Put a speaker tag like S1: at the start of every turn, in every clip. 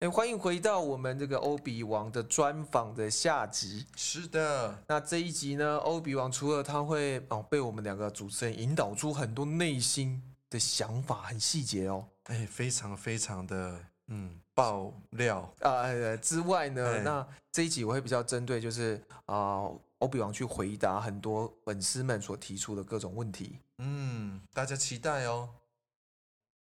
S1: 哎，欢迎回到我们这个欧比王的专访的下集。
S2: 是的，
S1: 那这一集呢，欧比王除了他会哦被我们两个主持人引导出很多内心的想法，很细节哦。
S2: 哎，非常非常的嗯爆料，
S1: 啊、呃之外呢，
S2: 哎
S1: 那这一集我会比较针对就是啊，欧比王去回答很多粉丝们所提出的各种问题。
S2: 嗯，大家期待哦。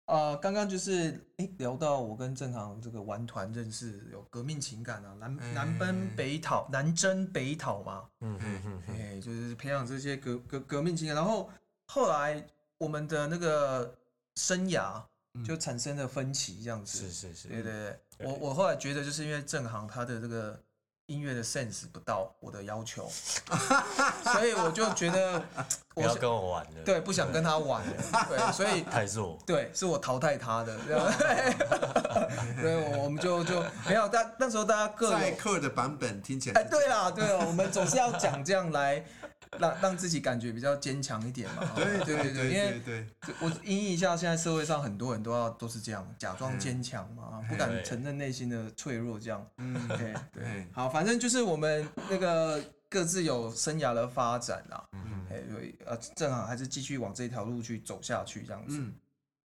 S1: 呃，刚刚就是诶、聊到我跟郑航这个玩团认识，有革命情感啊，南南奔
S2: 嗯
S1: 北讨，南征北讨嘛，
S3: 嗯哼哼哼，
S1: 哎、就是培养这些革革革命情感，然后后来我们的那个生涯就产生了分歧，这样子。
S3: 嗯是是是，
S1: 对对对，我我后来觉得就是因为正航他的这个音乐的 sense 不到我的要 求，所以我就觉得
S3: 不
S1: 我
S3: 要
S1: 想
S3: 跟我玩了，，
S1: 对不想跟他玩了，对，所以
S3: 太弱，
S1: 对，是我淘汰他的， 这样对，我我们就就没有，但那时候大家各有
S4: 载客的版本听起
S1: 哎，
S4: 来
S1: 对啦，对哦，我们总是要讲这样来让让自己感觉比较坚强一点 嘛。哦
S4: 对
S1: 对
S4: 对
S1: 对，因为
S4: 对对，
S1: 我因应一下，现在社会上很多人都要都是这样，假
S4: 嗯
S1: 装坚强嘛，不敢
S3: 对
S1: 承认内心的脆弱，这样。
S4: 嗯，
S1: 对对
S4: 对，
S1: 好，反正就是我们那个各自有生涯的发展啦。
S3: 嗯
S1: 哎，对，呃，正好还是继续往这条路去走下去，这样子。
S4: 嗯，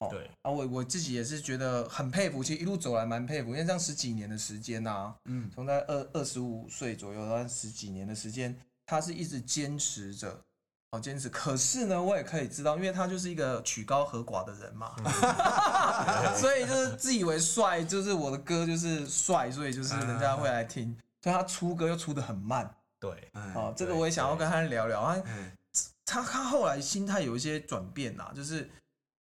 S1: 哦
S3: 对，
S1: 啊，我我自己也是觉得很佩服，其实一路走来蛮佩服，因为这样十几年的时间啊呐、
S4: 嗯
S1: 从他二二十五岁左右到十几年的时间，他是一直坚持着，哦，坚持。可是呢，我也可以知道，因为他就是一个曲高和寡的人 嘛，所以就是自以为帅，就是我的歌就是帅，所以就是人家会来听，所以他出歌又出的很慢。
S3: 对，
S4: 哎
S1: 哦，这个我也想要跟他聊聊。他
S4: 哎
S1: 他他后来心态有一些转变啦，就是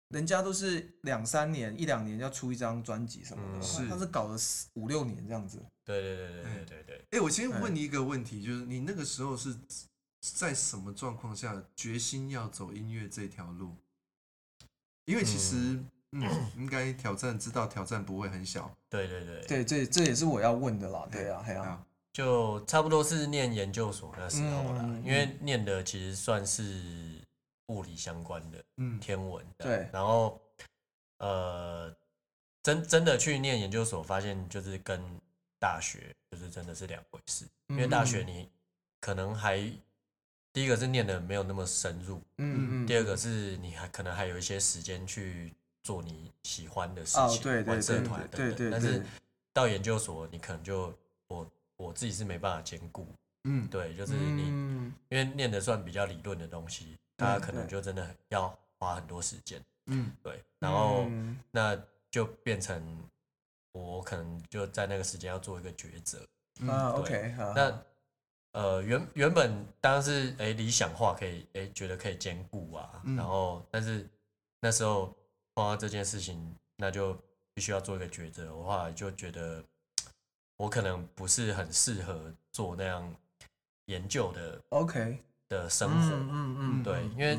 S1: 人家都是两三年、一两年要出一张专辑什么的，
S3: 嗯
S4: 是
S1: 他是搞了四五六年这样子。
S3: 对对对对
S1: 嗯
S3: 对对对，
S4: 哎，我先问你一个问题，就是你那个时候是在什么状况下决心要走音乐这条路？因为其实，嗯，应该挑战知道挑战不会很小，
S3: 对对对，
S1: 对，这这也是我要问的啦。对啊，嘿啊，
S4: 啊
S3: 就差不多是念研究所那时候啦，
S1: 嗯
S3: 因为念的其实算是物理相关的
S4: 嗯
S3: 天文这样，
S1: 对
S3: 然后呃，真真的去念研究所，发现就是跟大学就是真的是两回事，
S1: 嗯
S3: 因为大学你可能还第一个是念的没有那么深入，
S1: 嗯嗯
S3: 第二个是你还可能还有一些时间去做你喜欢的事情，
S1: 哦对对
S3: 玩社
S1: 对
S3: 团等
S1: 对
S3: 等。
S1: 对
S3: 但
S1: 对
S3: 是到研究所，你可能就我我自己是没办法兼顾，
S4: 嗯，
S3: 对，就是你、
S1: 嗯，
S3: 因为念的算比较理论的东西，它可能
S1: 对
S3: 就真的要花很多时间，
S4: 嗯，
S3: 对，然后、
S1: 嗯
S3: 那就变成我可能就在那个时间要做一个抉择，
S1: 啊
S3: 嗯对
S1: ，OK，好，
S3: 那呃原原本当然是哎、诶理想化可以哎、诶觉得可以兼顾啊，
S4: 嗯
S3: 然后但是那时候碰到这件事情，那就必须要做一个抉择的话，就觉得我可能不是很适合做那样研究的
S1: OK，
S3: 的生活，
S1: 嗯嗯嗯，
S3: 对，因为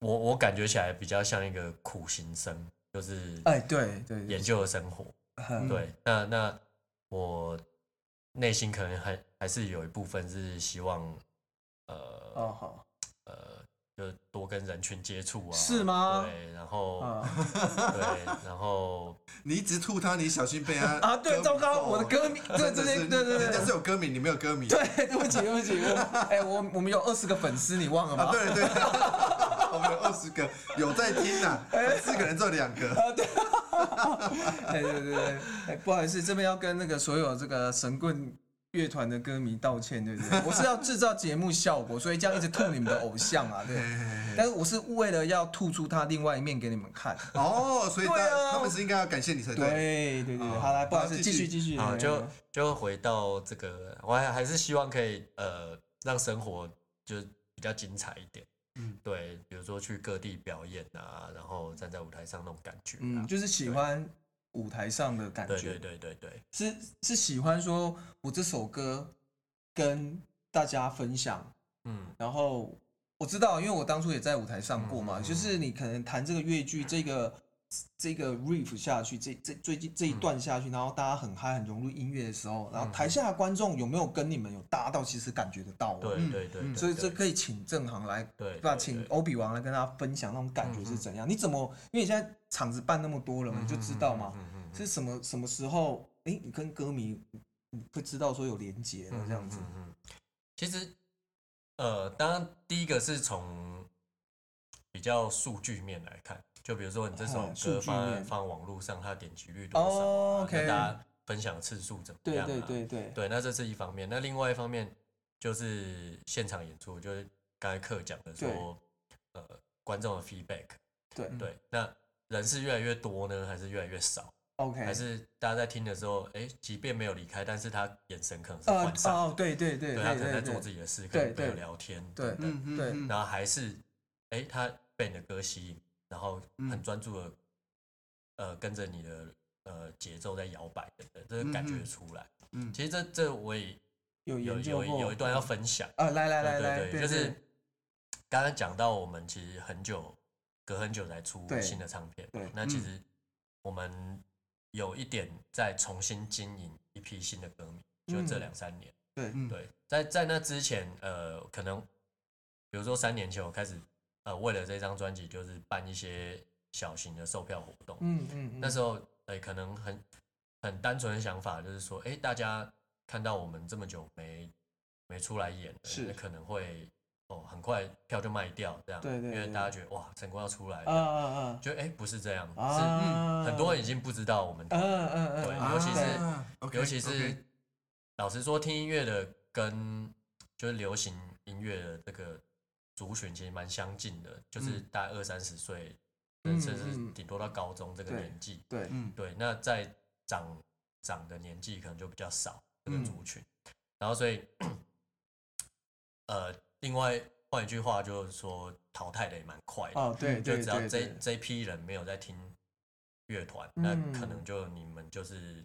S3: 我我感觉起来比较像一个苦行僧，就是
S1: 哎，对对，
S3: 研究的生活，
S1: 很
S3: 对，那那我内心可能还还是有一部分是希望，呃
S1: 哦好，
S3: 呃，就多跟人群接触啊，
S1: 是吗
S3: 对，然后
S1: 啊
S3: 对，然后
S4: 你一直吐他，你小心被他
S1: 啊，对，
S4: 歌
S1: 糟糕，
S4: 否
S1: 我的歌迷，对 对
S4: 真的
S1: 对
S4: 是
S1: 对对
S4: 人家
S1: 对
S4: 是。有歌迷，你没有歌迷，
S1: 对，对不起，对不起，我哎，我我们有二十个粉丝，你
S3: 啊
S1: 忘了吗？
S4: 对对， 我们有二十个有在听呐、四个人做两个，
S1: 哎，对对对，哎，不好意思，这边要跟那个所有这个神棍乐团的歌迷道歉，对不对？我是要制造节目效果，所以这样一直吐你们的偶像啊，对。但是我是为了要吐出他另外一面给你们看。
S4: 哦，所以大
S1: 对啊
S4: 他们是应该要感谢你才对。
S1: 对对对，好来，不好意思，继
S4: 继
S1: 续
S4: 续
S1: 继续。哎
S3: 啊，就就回到这个，我还还是希望可以呃让生活就比较精彩一点。
S4: 嗯，
S3: 对，比如说去各地表演啊，然后站在舞台上那种感觉、啊。
S1: 嗯，就是喜欢舞台上的感
S3: 对对
S1: 觉，
S3: 对对对，
S1: 是是喜欢说我这首歌跟大家分享，
S3: 嗯，
S1: 然
S3: 嗯
S1: 后我知道，因为我当初也在舞台上过嘛，就是你可能弹这个乐句这个这个 riff 下去，这这最近这
S3: 嗯
S1: 一段下去，然后大家很嗨、很融入音乐的时候，然后台下的观众有没有跟你们有搭到，其实感觉得到哦。
S3: 对
S4: 嗯
S3: 对对，
S4: 嗯
S3: 对
S1: 所以这
S3: 对
S1: 可以请正航来，
S3: 对
S1: 那
S3: 对
S1: 请
S3: 对嗯
S1: 欧比王来跟大家分享那种感觉是怎样？你怎么？因为现在场子办那么多了嘛，你就知道
S3: 嗯
S1: 嘛，是什么什么时候？哎，你跟歌迷你会知道说有连接了这样子。
S3: 嗯嗯嗯嗯其实，呃，当然第一个是从比较数据面来看，就比如说你这首
S1: 哦数
S3: 歌
S1: 据
S3: 放在
S1: 面
S3: 放网络上，它的点击率多少、啊
S1: 哦
S3: 那
S1: ，OK
S3: 大家分享次数怎么
S1: 对
S3: 样、啊？
S1: 对对对，
S3: 对，那这是一方面。那另外一方面就是现场演出，就是刚才课讲的说，呃，观众的 feedback，
S1: 对
S3: 对，那人是越来越多呢，还是越来越少？
S1: ，OK，
S3: 还是大家在听的时候，哎、即便没有离开，但是他眼神可能是
S1: 呃
S3: 涣散的
S1: 哦，对对对
S3: 对啊他可能在
S1: 对
S3: 做自
S1: 对，
S3: 己的事，
S1: 对
S3: 跟朋友
S1: 对
S3: 聊天，
S1: 对
S3: 等等
S4: 嗯
S1: 对
S4: 嗯嗯，
S3: 然后还是哎、诶他被你的歌吸引，然后很
S4: 嗯
S3: 专注的呃跟着你的呃节奏在摇摆等等，这
S4: 嗯
S3: 个感觉
S4: 嗯
S3: 出来。
S4: 嗯
S3: 其实这这我也
S1: 有
S3: 有
S1: 研究
S3: 有
S1: 过
S3: 有一段要分享，
S1: 啊，来来来
S3: 对
S1: 来，
S3: 对
S1: 对
S3: 对，就是刚刚讲到我们其实很久隔很久才出
S1: 对
S3: 新的唱片嘛
S1: 对，
S3: 那其
S4: 嗯
S3: 实我们有一点在重新经营一批新的歌迷，就这
S1: 嗯
S3: 两三年。
S1: 对
S4: 嗯
S3: 对，在在那之前，呃，可能比如说三年前，我开始呃，为了这张专辑，就是办一些小型的售票活动。
S1: 嗯嗯，
S3: 那时
S1: 候
S3: 候，呃，可能很很单纯的想法就是说，哎、大家看到我们这么久没没出来演了，
S1: 是
S3: 那可能会哦，很快票就卖掉这样，
S1: 对对
S3: 因为
S1: 对
S3: 大家觉得哇，陈光要出来
S1: 啊
S3: 了，
S1: 啊
S3: 就哎、诶不是这样，
S1: 啊啊，
S3: 是很多人已经不知道我们
S1: 嗯嗯嗯，
S3: 对
S1: 嗯
S3: 尤其是
S1: 对
S4: 啊，OK，
S3: 尤其
S4: OK，
S3: 是老实说，听音乐的跟就是流行音乐的这个族群其实蛮相近的，就是大概二三十岁，
S1: 嗯
S3: 甚至
S1: 嗯
S3: 是顶多到高中这个
S1: 对
S3: 年纪。
S1: 对
S4: 嗯
S3: 对，那在长长的年纪可能就比较少这个
S1: 嗯
S3: 族群，然后所以呃，另外换一句话就是说，淘汰的也蛮快的，
S1: 哦对
S3: 就
S1: 对
S3: 只要
S1: 对
S3: 这
S1: 对，
S3: 这一批人没有在听乐团，那
S1: 嗯
S3: 可能就你们就是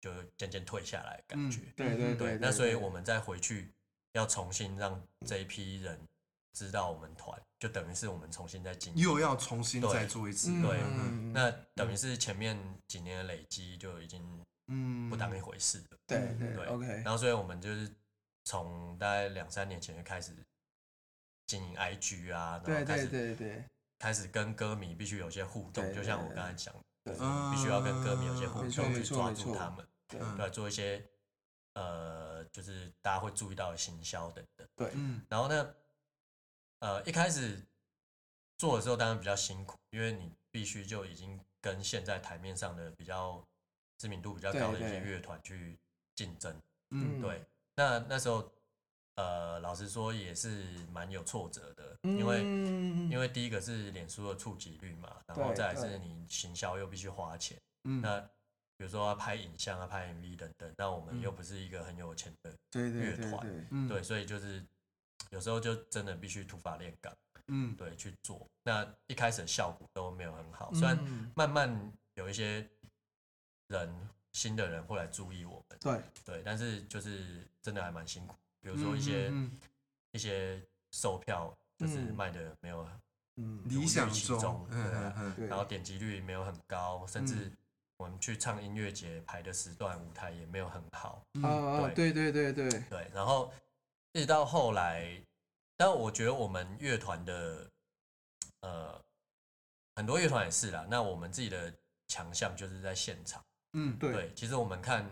S3: 就渐渐退下来的感
S4: 嗯
S3: 觉。
S1: 对对对，
S3: 那所以
S1: 对
S3: 我们再回去要重新让这一批人知道我们团，就等于是我们重新再经营。
S4: 又要重新再做一次，
S1: 嗯
S3: 对
S1: 嗯嗯
S3: 那等于是前面几年的累积就已经
S4: 嗯，
S3: 不当一回事了。
S1: 对对
S3: 嗯对
S1: OK，
S3: 然后所以我们就是从大概两三年前就开始经营 IG 啊，然
S1: 对
S3: 后开
S1: 对
S3: 始
S1: 对对，
S3: 开始跟歌迷必须有些互动，
S1: 对
S3: 就像
S1: 对
S3: 我
S1: 对
S3: 刚才讲的，
S1: 对
S3: 就是我们必须要跟歌迷有些互
S1: 嗯没错
S3: 动，
S1: 没
S3: 去
S1: 错
S3: 抓
S1: 没
S3: 住
S1: 错
S3: 他们，
S1: 对
S4: 嗯
S3: 对，做一些呃，就是大家会注意到的行销等等。
S1: 对
S4: 嗯
S3: 然后呢，呃，一开始做的时候当然比较辛苦，因为你必须就已经跟现在台面上的比较知名度比较高的一些
S1: 对对
S3: 乐团去竞争。
S4: 嗯
S3: 对，那那时候呃，老实说也是蛮有挫折的，
S1: 嗯
S3: 因为、因
S1: 为
S3: 为第一个是脸书的触及率嘛，然
S1: 对
S3: 后再来
S1: 对
S3: 是你行销又必须花钱。
S4: 嗯
S3: 那比如说要拍影像啊、拍 MV 等等，那我们
S4: 嗯
S3: 又不是一个很有钱的，
S1: 对对
S3: 乐
S1: 对
S3: 团
S1: 对
S4: 嗯
S3: 对，所以就是有时候就真的必须土法炼钢，
S4: 嗯
S3: 对，去做。那一开始的效果都没有很好，虽然
S1: 嗯
S3: 慢慢有一些人新的人会来注意我们，
S1: 对
S3: 对，但是就是真的还蛮辛苦。比如说一些、
S4: 嗯嗯
S3: 一些售票就是
S1: 嗯
S3: 卖的没有很
S1: 嗯
S4: 理想
S3: 如预期
S4: 中
S3: 中，
S4: 嗯
S3: 对啊
S4: 嗯嗯
S1: 对，
S3: 然后点击率没有很高，甚至我们去唱音乐节排的时段舞台也没有很好，
S4: 嗯
S1: 啊啊对对对对
S3: 对，然后一直到后来，但我觉得我们乐团的呃很多乐团也是啦，那我们自己的强项就是在现场，
S4: 嗯
S1: 对
S3: 对，其实我们看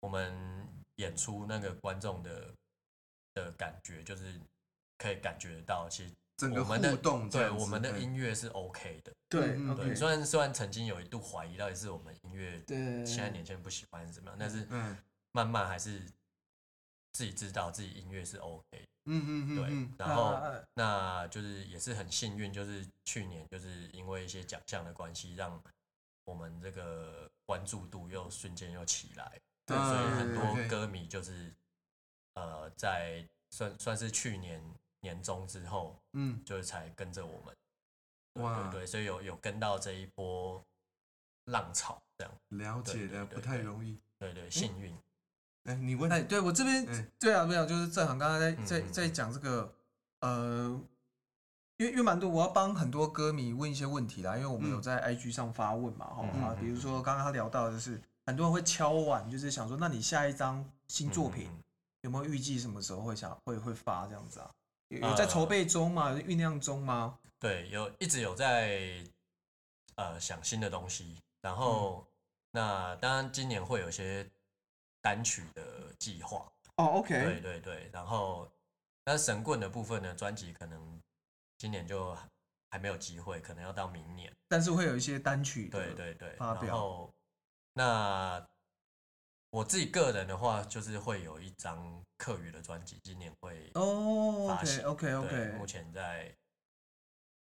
S3: 我们演出那个观众的的感觉，就是可以感觉到，其实
S4: 整个
S3: 我
S4: 互
S3: 们的
S4: 动这
S3: 对
S4: 样子，
S3: 我们的
S4: 对
S3: 音乐是 OK 的。
S1: 对
S4: 嗯
S3: 对，
S1: OK
S3: 虽然虽然曾经有一度怀疑到底是我们音乐
S1: 对
S3: 现在年轻人不喜欢还是怎么样，但是
S4: 嗯
S3: 慢慢还是自己知道自己音乐是 OK，
S4: 嗯嗯嗯
S3: 对，
S4: 嗯
S3: 然后
S1: 啊啊
S3: 那就是也是很幸运，就是去年就是因为一些奖项的关系，让我们这个关注度又瞬间又起来，
S4: 对
S3: 所以
S4: 嗯
S3: 很
S4: 对
S3: 多歌迷就是呃在算算是去年年中之后，
S4: 嗯
S3: 就是才跟着我们，
S4: 嗯，哇
S3: 对，对，所以有有跟到这一波浪潮这样，
S4: 了解
S3: 对对
S4: 的
S3: 对
S4: 不太容易。
S3: 对对，幸运，
S4: 哎，你问
S1: 哎，对我这边
S4: 嗯
S1: 对啊，没有，就是正好刚才在
S3: 嗯
S1: 在
S3: 嗯
S1: 在讲这个，呃，因为因为蛮多，我要帮很多歌迷问一些问题啦，因为我
S3: 嗯
S1: 们有在 IG 上发问嘛，哈、啊，比如说刚刚他聊到的是，很多人会敲碗，就是想说，那你下一张新作
S3: 嗯
S1: 品有没有预计什么时候会想会会发这样子啊？有有在
S3: 呃
S1: 筹备中吗？有在酝酿中吗？
S3: 对，有一直有在呃想新的东西，然
S1: 嗯
S3: 后、那当然今年会有一些单曲的计划，
S1: 哦
S3: 对
S1: ，OK，
S3: 对对，然后那神棍的部分呢，专辑可能今年就还没有机会，可能要到明年。
S1: 但是会有一些单曲的
S3: 对对对，
S1: 发表
S3: 然后那我自己个人的话，就是会有一张客语的专辑，今年会
S1: 哦
S3: 发行。
S1: ，OK，OK，OK，
S3: 对目前在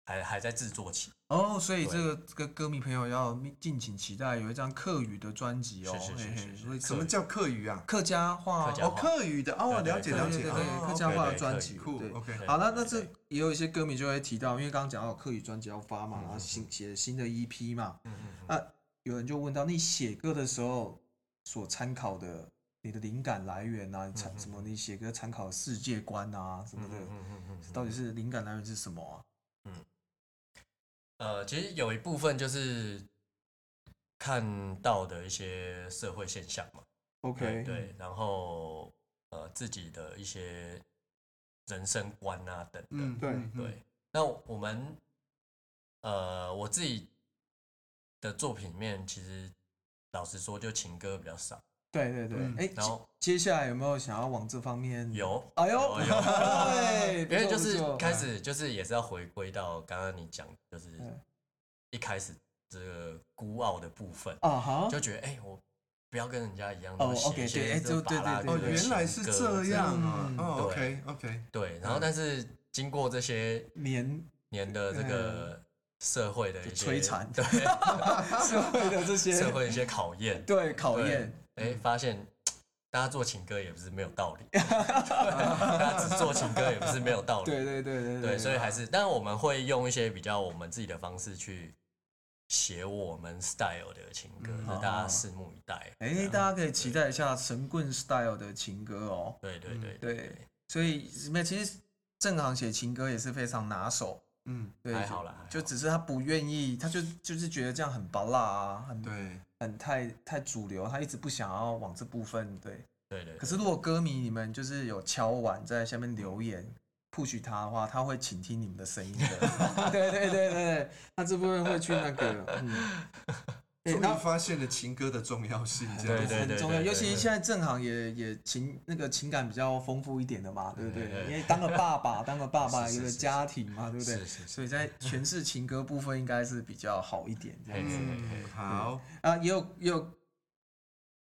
S3: 还还在制作期，
S1: 哦，所以
S3: 对
S1: 这个这个歌迷朋友要敬请期待有一张客语的专辑哦，
S3: 是是是
S1: 嘿
S3: 是
S1: 嘿
S3: 是
S1: 所以
S4: 什么叫客语啊？
S1: 客家话
S3: 客家
S4: 哦，
S3: 话
S4: 客语的哦，
S3: 对对
S4: 了解
S1: 对
S4: 了
S1: 对
S4: 解，
S1: 对
S4: 哦
S1: 对，客家话的
S3: 对
S1: 专
S3: 可以
S1: 辑，
S4: 酷
S1: 对
S4: OK
S3: 对
S1: 好，那那
S3: 对
S1: 这
S3: 对
S1: 也有一些歌迷就会提到，因为刚刚讲到客语专辑要发嘛，然后新写新的 EP 嘛，
S3: 嗯嗯嗯，
S1: 啊，有人就问到你写歌的时候所参考的你的灵感来源啊，你参什么你写歌参考的世界观啊什么
S3: 嗯
S1: 的，
S3: 嗯嗯嗯嗯
S1: 到底是灵感来源是什么啊？
S3: 呃，其实有一部分就是看到的一些社会现象嘛，对
S1: OK，
S3: 对，然后呃自己的一些人生观啊等等，
S4: 嗯，
S1: 对
S4: 嗯，嗯
S3: 对，那我们呃，我自己的作品里面，其实老实说，就情歌比较少。
S1: 对对
S4: 嗯
S1: 对，哎，
S3: 然后
S1: 接接下来有没有想要往这方面？
S3: 有，
S1: 哎呦，
S3: 有有
S1: 哎
S3: 因为就
S1: 不
S3: 是
S1: 错不错
S3: 开始就是也是要回归到刚刚你讲，就是
S1: 嗯
S3: 一开始这个孤傲的部分，
S1: 啊哈，
S3: 就觉得哎、我不要跟人家一样，
S1: 哦
S3: 都写
S1: OK，
S3: 一
S1: 对哎
S3: 些
S1: 就
S3: 这
S1: 对
S3: 巴拉
S1: 对
S4: 哦，
S1: 对对
S3: 歌
S4: 原来是
S3: 情歌
S4: 这样啊
S1: 嗯，
S4: 哦
S3: 对
S4: ，OK OK，
S3: 对，然后但是经过这些
S1: 年
S3: 年的这个社会的一
S1: 嗯
S3: 些
S1: 摧残
S3: 对
S1: 社会的这些
S3: 社会的一些考验，
S1: 对考
S3: 对
S1: 验，，
S3: 哎、发现大家做情歌也不是没有道 理， 大家只做情歌也不是没有道理，
S1: 对对对对
S3: 对所以还是，但我们会用一些比较我们自己的方式去写我们 style 的情歌，
S4: 嗯
S3: 那、大家拭目以待。
S1: 哎，大家可以期待一下神棍 style 的情歌哦。
S3: 对对对
S1: 对，所以其实正行写情歌也是非常拿手，
S4: 嗯，
S1: 对，
S3: 还
S1: 就
S3: 好啦还好
S1: 就只是他不愿意，他就就是觉得这样很巴拉啊，很
S4: 对，
S1: 很太太主流，他一直不想要往这部分对。
S3: 对对
S1: 可是如果歌迷你们就是有敲碗在下面留言 push 他的话，他会倾听你们的声音的。 对对对对对，他这部分会去那个，嗯， 对
S4: 终
S1: 然
S4: 于
S1: 后
S4: 发现了情歌的重要性，这样
S3: 对对
S4: 子，
S1: 很重要，
S3: 对对
S1: 尤其现在正行也也情那个情感比较丰富一点的嘛，对不对
S3: 对对？
S1: 因为当了爸爸，当了爸爸
S3: 哎 是是
S1: 有了
S3: 是
S1: 家庭嘛，对不对
S3: 是？是是
S1: 所以在诠释情歌部分应该是比较好一点这样
S3: 嘿
S1: 子
S3: 嘿
S4: 嗯，好，
S1: 啊，也有也有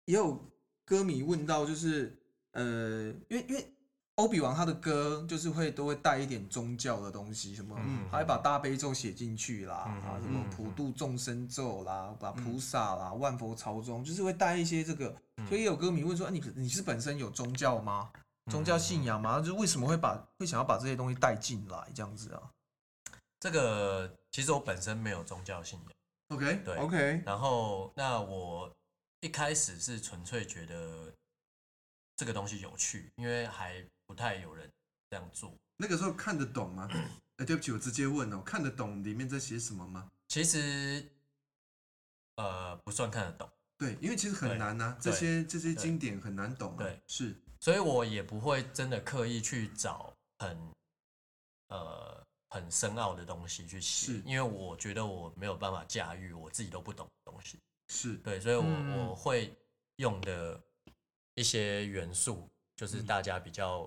S1: 也有歌迷问到，就是呃，因为因为欧比王他的歌就是会都会带一点宗教的东西，什么
S3: 嗯
S1: 还把大悲咒写进去啦，
S3: 嗯
S1: 啊
S3: 嗯
S1: 什么
S3: 嗯
S1: 普
S3: 嗯
S1: 度众生咒啦，把菩萨啦、万佛朝宗，就是会带一些这个。
S3: 嗯
S1: 所以也有歌迷问说，啊你你是本身有宗教吗？宗教信
S3: 嗯
S1: 仰吗？就是为什么会把会想要把这些东西带进来这样子啊
S3: 这个其实我本身没有宗教信仰，
S4: ，OK，
S3: 对
S1: ？OK，
S3: 然后那我一开始是纯粹觉得这个东西有趣，因为还不太有人这样做。
S4: 那个时候看得懂吗？ 哎，对不起，我直接问哦，看得懂里面在写什么吗？
S3: 其实呃不算看得懂，
S4: 对，因为其实很难呐，这
S3: 对
S4: 些这些经典很难懂啊，
S3: 对，
S4: 是，
S3: 所以我也不会真的刻意去找很呃很深奥的东西去写
S4: 是，
S3: 因为我觉得我没有办法驾驭我自己都不懂的东西。
S4: 是，
S3: 对，所以我、
S1: 嗯
S3: 我会用的一些元素，
S1: 嗯
S3: 就是大家比较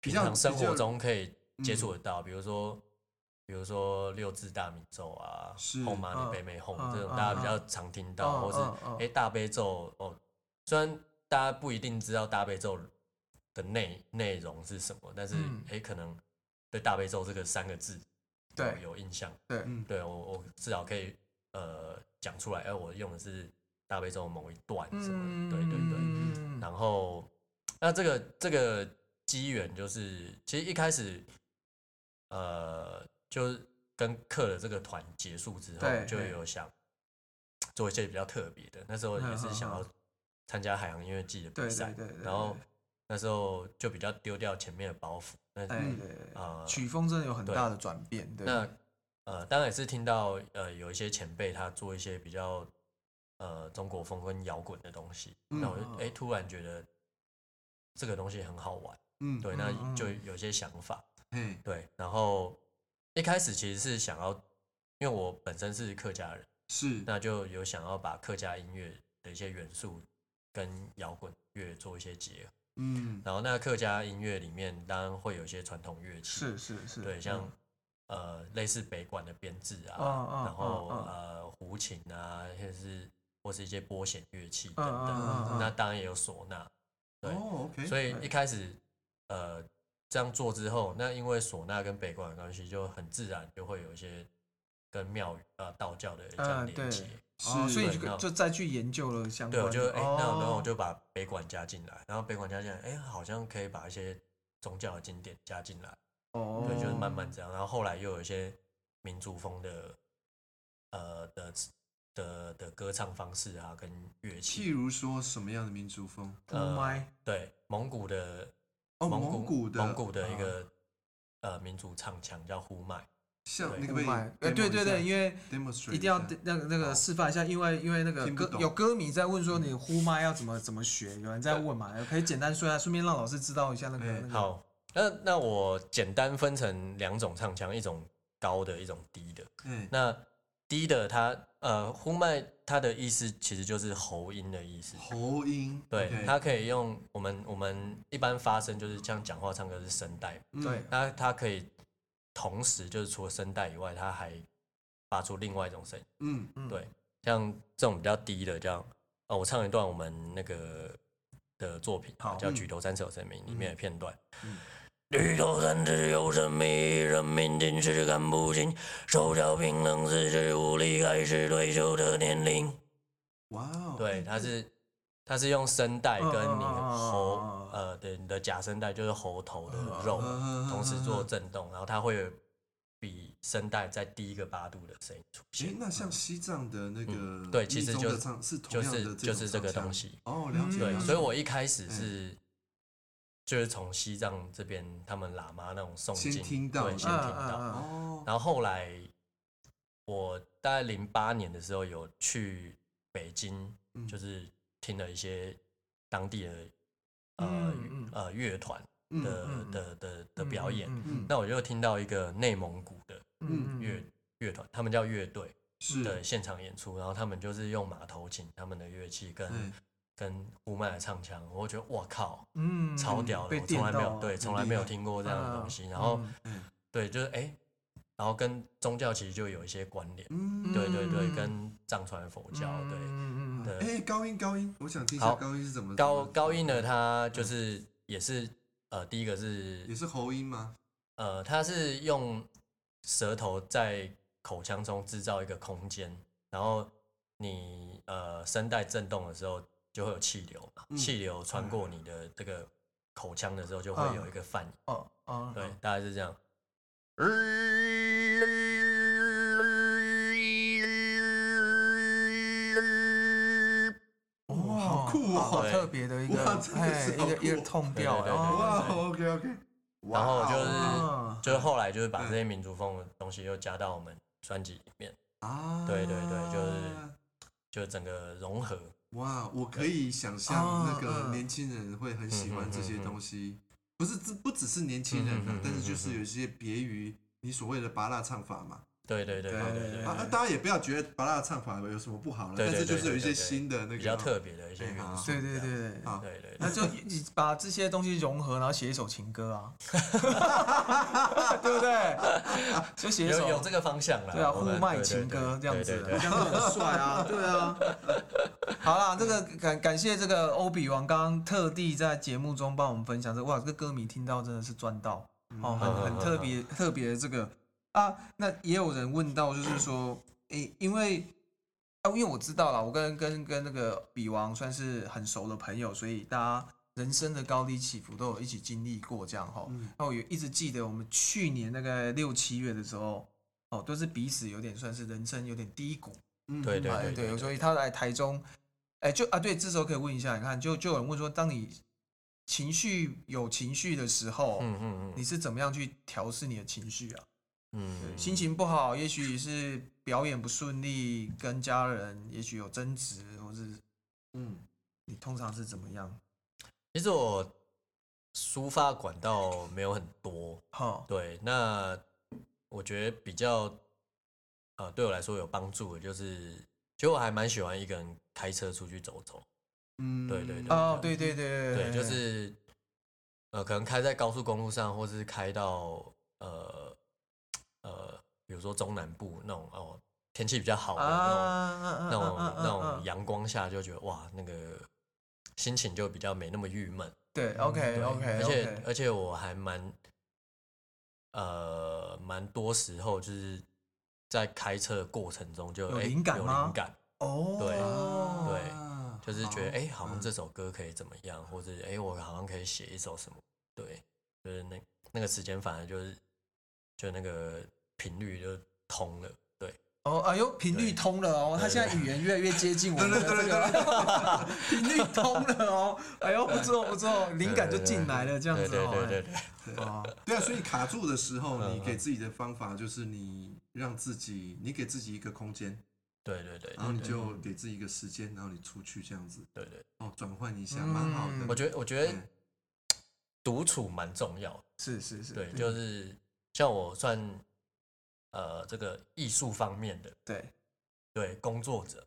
S4: 比
S3: 平
S4: 较
S3: 常生
S4: 比较
S3: 活中可以接
S1: 嗯
S3: 触得到，比如说。比如说六字大明咒啊，
S4: 是
S3: 后妈
S1: 嗯
S3: 你北美哄
S1: 嗯
S3: 这
S1: 嗯
S3: 种大家
S1: 嗯
S3: 比较常听到，
S1: 嗯
S3: 或是
S1: 嗯嗯
S3: 哎、诶大悲咒哦，虽然大家不一定知道大悲咒的内内容是什么，但是哎、
S1: 嗯
S3: 诶可能对大悲咒这个三个字有
S1: 对
S3: 有印象，
S1: 对，
S4: 嗯，
S3: 对我我至少可以呃讲出来，哎、我用的是大悲咒某一段什么的，对对对。
S1: 嗯
S3: 然后那这个这个机缘就是，其实一开始呃就是跟课的这个团结束之后
S1: 对，
S3: 就
S1: 对
S3: 有想做一些比较特别的，那时候也是想要参加海洋音乐季的
S1: 嗯对对
S3: 比赛，
S1: 对对，
S3: 然后那时候就比较丢掉前面的包袱。那
S1: 哎，
S4: 嗯
S1: 对对对
S3: 啊
S1: 曲风真的有很大的转变，对，
S3: 那呃，当然也是听到呃有一些前辈他做一些比较呃中国风跟摇滚的东西，
S1: 嗯
S3: 那我就哎、突然觉得这个东西很好玩，
S4: 嗯，
S3: 对，那
S1: 嗯嗯
S3: 就有些想法，
S4: 嘿，
S3: 对，然后一开始其实是想要，因为我本身是客家人，
S4: 是，
S3: 那就有想要把客家音乐的一些元素跟摇滚乐做一些结合，
S4: 嗯，
S3: 然后那客家音乐里面当然会有一些传统乐器，
S1: 是是是，
S3: 对，
S1: 嗯
S3: 像、呃类似北管的编制啊，
S1: 嗯嗯
S3: 然后、
S1: 嗯嗯
S3: 呃胡琴啊，或者是或是一些拨弦乐器
S1: 嗯
S3: 等
S1: 嗯
S3: 等，
S1: 嗯嗯
S3: 那当然也有唢呐，对，
S4: 哦，OK，
S3: 所以
S1: 对
S3: 一开始呃这样做之后，那因为唢呐跟北管的关系，就很自然就会有一些跟庙宇啊道教的这
S1: 嗯
S3: 样
S1: 对
S3: 连接。
S1: 哦，所以
S4: 是
S1: 你就
S3: 那
S1: 就再去研究了相
S3: 对，
S1: 关
S3: 我
S1: 的，
S3: 就哎、那
S1: 哦
S3: 然后我就把北管加进来，然后北管加进来，哎、好像可以把一些宗教的经典加进来，
S1: 哦，
S3: 对，就是慢慢这样。然后后来又有一些民族风的，呃的的的歌唱方式啊，跟乐
S4: 譬
S3: 器，
S4: 如说什么样的民族风？
S1: 哦
S3: 呃
S1: 麦
S3: 对，蒙古的
S4: 哦，
S3: 蒙
S4: 蒙古的，
S3: 蒙古的一
S4: 啊
S3: 个、呃民族唱腔叫呼麦，
S4: 像
S3: 对
S4: 那个
S1: 不
S4: 被
S1: 卖，呃，对对对，因为
S4: demonstrate
S1: 一定要
S4: 下
S1: 那个那个
S3: 好
S1: 示范一下，因为因为那个
S4: 哦听不
S1: 歌
S4: 懂嗯
S1: 有歌迷在问说你呼麦要怎么怎么学，有人在问嘛，可以简单说一下，顺便让老师知道一下那个
S4: 哎
S1: 那个。
S3: 好，那那我简单分成两种唱腔，一种高的，一种低的。
S4: 哎
S3: 那低的它呃呼麦，它的意思其实就是喉音的意思。
S4: 喉音，
S3: 对
S4: OK，
S3: 它可以用我们我们一般发声就是像讲话唱歌是声带，
S4: 嗯
S1: 对
S3: 那它可以同时就是除了声带以外，它还发出另外一种声音。
S4: 嗯
S1: 嗯
S3: 对，像这种比较低的，这样哦，我唱一段我们那个的作品啊，
S1: 好
S3: 叫《
S4: 嗯
S3: 举头三尺有神明》里面的片段。
S4: 嗯
S3: 举头三尺有神明，人民尽是看不清，手脚冰冷，四肢无力，还是退休的年龄。
S4: 哇哦，
S3: 对，
S4: 哎
S3: 它是它是用声带跟
S4: 哦
S3: 你
S1: 嗯嗯嗯嗯
S3: 喉
S1: 嗯嗯
S3: 呃对你的假声带，就是喉头的肉
S4: 嗯嗯嗯嗯
S3: 同时做震动，然后它会有比声带再低一个八度的声音出现
S4: 诶。那像西藏的那个
S3: 嗯对其实
S4: 密宗
S3: 就
S4: 的唱是同
S3: 就
S4: 样的
S3: 是
S4: 种
S3: 就是这个
S4: 唱腔
S3: 东西
S4: 哦，了
S1: 嗯
S4: 解，
S3: 对
S4: 了，解
S3: 所以我一开
S4: 哎
S3: 始是就是从西藏这边他们喇嘛那种诵经，
S4: 先听到
S3: 对，
S4: 的
S3: 先听到。
S1: 嗯
S4: 哦，
S3: 然后后来我大概零八年的时候有去北京，
S4: 嗯
S3: 就是听了一些当地的呃
S1: 嗯嗯
S3: 呃乐团的
S1: 嗯嗯
S3: 的的的表演。
S1: 嗯
S3: 那我就听到一个内蒙古的
S1: 嗯
S3: 乐乐团，他们叫乐队的
S4: 是，
S3: 现场演出，然后他们就是用马头琴他们的乐器跟
S4: 哎
S3: 跟呼麦的唱腔，我就觉得哇靠，
S1: 嗯
S3: 超屌的，
S1: 被
S3: 我从
S1: 电
S3: 来没有
S1: 到啊
S3: 对，
S1: 对
S3: 从来没有
S4: 厉害
S3: 听过这样的东
S1: 嗯
S3: 西。然后对，就是哎、然后跟宗教其实就有一些关联，
S4: 嗯
S3: 对对对，
S1: 嗯
S3: 跟藏传佛教对
S1: 嗯嗯嗯
S3: 对
S4: 哎，高音高音，我想听一下
S3: 好
S4: 高音是怎么
S3: 高
S4: 怎么
S3: 高音呢，它就是也是呃，第一个是
S4: 也是喉音吗？
S3: 呃，它是用舌头在口腔中制造一个空间，然后你呃声带震动的时候就会有气流嘛，
S4: 嗯嗯
S3: 气流穿过你的这个口腔的时候就会有一个泛音，
S1: 哦哦
S3: 对，大概是这样。
S1: 哇
S4: 好酷哦
S1: 好
S3: 对
S1: 特别的一
S4: 哇
S1: 个
S4: 真的
S1: 哎
S4: 是
S1: 一
S4: 好
S1: 个一个
S4: 酷
S1: 痛调，
S3: 对对对
S1: 哦
S4: 哇，OK OK，
S3: 然后就是
S1: 哦
S3: 就是后来就是把这些
S4: 嗯
S3: 民族风的东西又加到我们专辑里面，
S4: 啊，
S3: 对对对就是。就整个融合。
S4: 哇，我
S3: 呃
S4: 可以想象那
S1: 哦
S4: 个
S1: 嗯
S4: 年轻人会很喜欢这
S3: 嗯
S4: 些东西，不是这不只是年轻人
S3: 嗯嗯嗯
S4: 啊
S3: 嗯，
S4: 但是就是有一些别于你所谓的拔辣唱法嘛。
S3: 对对对对对对
S1: 对
S4: 啊，啊当然也不要觉得拔辣唱法有什么不好了，
S3: 呃对
S4: 但
S3: 对
S4: 是
S3: 对
S4: 就是有一
S3: 对对
S4: 些
S3: 对
S4: 新的那个
S3: 比较特别的一些元素。
S1: 对对对对，
S4: 好
S3: 对对
S1: 那
S3: 对，
S1: 就你把这些东西融合，然后写一首情歌 啊，对不对？就写一首
S3: 有有这个方向啦。
S1: 对啊，
S3: 我
S1: 呼
S3: 们
S1: 麦
S3: 对对
S1: 情歌
S3: 对
S1: 这样
S3: 对
S1: 子，
S3: 对对
S1: 这样子很帅啊，对啊。 好啦，这个感感谢这个欧比王刚刚特地在节目中帮我们分享这个，哇，这个歌迷听到真的是赚到哦，很很特别特别的这个啊。那也有人问到，就是说，诶、因为啊，因为我知道啦，我跟跟跟那个比王算是很熟的朋友，所以大家人生的高低起伏都有一起经历过这样哈。那我也一直记得我们去年大概六七月的时候，哦，都是彼此有点算是人生有点低谷，
S4: 嗯
S3: 对对
S1: 哎
S3: 对对
S1: 所以他来台中，哎，就啊对，这时候可以问一下，你看，就就有人问说，当你情绪有情绪的时候，
S3: 嗯嗯嗯
S1: 你是怎么样去调试你的情绪啊？
S3: 嗯，
S1: 心情不好，也许是表演不顺利，跟家人也许有争执，或是
S4: 嗯，
S1: 你通常是怎么样？
S3: 其实我抒发管道没有很多，
S1: 哈，
S3: 对，那我觉得比较呃对我来说有帮助的就是，其实我还蛮喜欢一个人开车出去走走，
S4: 嗯，
S3: 对对对
S1: 哦，对对对
S3: 对，就是呃可能开在高速公路上，或是开到呃呃比如说中南部那种哦天气比较好的那种。
S1: 啊
S3: 那种那种阳光下就觉得哇，那个心情就比较没那么郁闷。
S1: 对，OK
S3: 嗯对
S1: OK，
S3: 而且而且我还蛮呃蛮多时候就是在开车的过程中就
S1: 有
S3: 诶
S1: 灵感
S3: 有
S1: 吗
S3: 灵感，
S1: 哦，
S3: 对
S4: 啊
S3: 就是觉得哎、诶好像
S4: 嗯
S3: 这首歌可以怎么样，或者哎、诶我好像可以写一首什么，对，就是那那个时间反而就是就那个频率就通了，对。
S1: 哦，哎呦，频率
S3: 对
S1: 通了哦，他
S3: 对
S1: 现在语言越来越接近我们的这个 频率通了哦，哎呦，不错不错，灵感就进来了，这样
S3: 对
S1: 子
S3: 对
S1: 哦，
S3: 对对对，
S1: 对，哦，
S4: 对啊，所以卡住的时候，
S3: 嗯
S4: 你给自己的方法就是你让自己，你给自己一个空间，
S3: 对对对，
S4: 然后你
S3: 对嗯
S4: 就给自己一个时间，然后你出去这样子，
S3: 对对，
S4: 哦，转换一下，
S1: 嗯
S4: 蛮好的。
S3: 我觉得我觉得
S4: 嗯
S3: 独处蛮重要的
S1: 是是是，
S4: 嗯
S3: 对，就是像我算呃这个艺术方面的
S1: 对，
S3: 对工作者，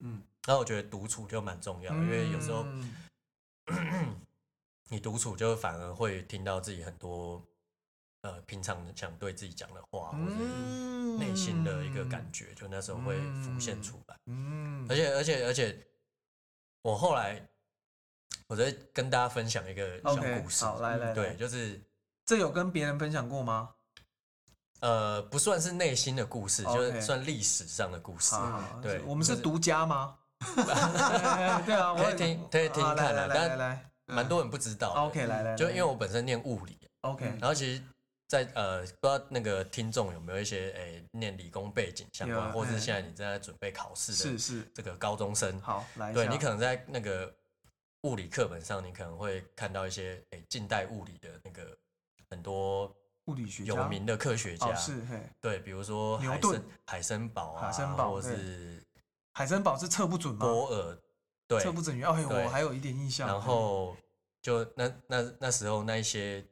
S4: 嗯，
S3: 然后我觉得独处就蛮重要的，因为有时候
S1: 嗯
S3: 你独处就反而会听到自己很多呃平常想对自己讲的话，或
S4: 嗯
S3: 者
S1: 嗯
S3: 内心的一个感，觉，就那时候会浮现出来。
S1: 嗯，
S3: 而且而且而且，我后来我在跟大家分享一个小
S1: OK，
S3: 故事，
S1: 好，来来，来
S3: 对，，就是
S1: 这有跟别人分享过吗？
S3: 呃不算是内心的故事，就
S1: OK
S3: 是算历史上的故事。
S1: 好好好
S3: 对
S1: 我们啊是
S3: 就是
S1: 独家 吗？哎对啊，我
S3: 可以
S1: 也
S3: 听可以听
S1: 啊来
S3: 看
S1: 来
S3: 啊
S1: 来
S3: 但
S1: 来来
S3: 蛮多人不知道的。
S1: ，OK，来来，
S3: 就
S1: 来
S3: 因为我本嗯身念物理，啊
S1: OK，
S3: 然后其实在，呃不知道那个听众有没有一些诶、念理工背景相关，
S1: 有
S3: 或
S1: 哎
S3: 是现在你正在准备考试
S1: 是
S3: 的
S1: 是，
S3: 这个高中生，
S1: 好，来一
S3: 对
S1: 下
S3: 你可能在那个物理课本上，你可能会看到一些诶、近代物理的那个很多
S1: 物理学家
S3: 有名的科学家，
S1: 哦是嘿，
S3: 对，比如说
S1: 牛
S3: 海
S1: 顿
S3: 森海森堡啊，
S1: 海森堡
S3: 或
S1: 对
S3: 是
S1: 海森堡是测不准吗？
S3: 波尔，对，
S1: 测不准原因，哎呦，
S3: 对
S1: 我还有一点印象。嗯
S3: 然后就那那那时候那一些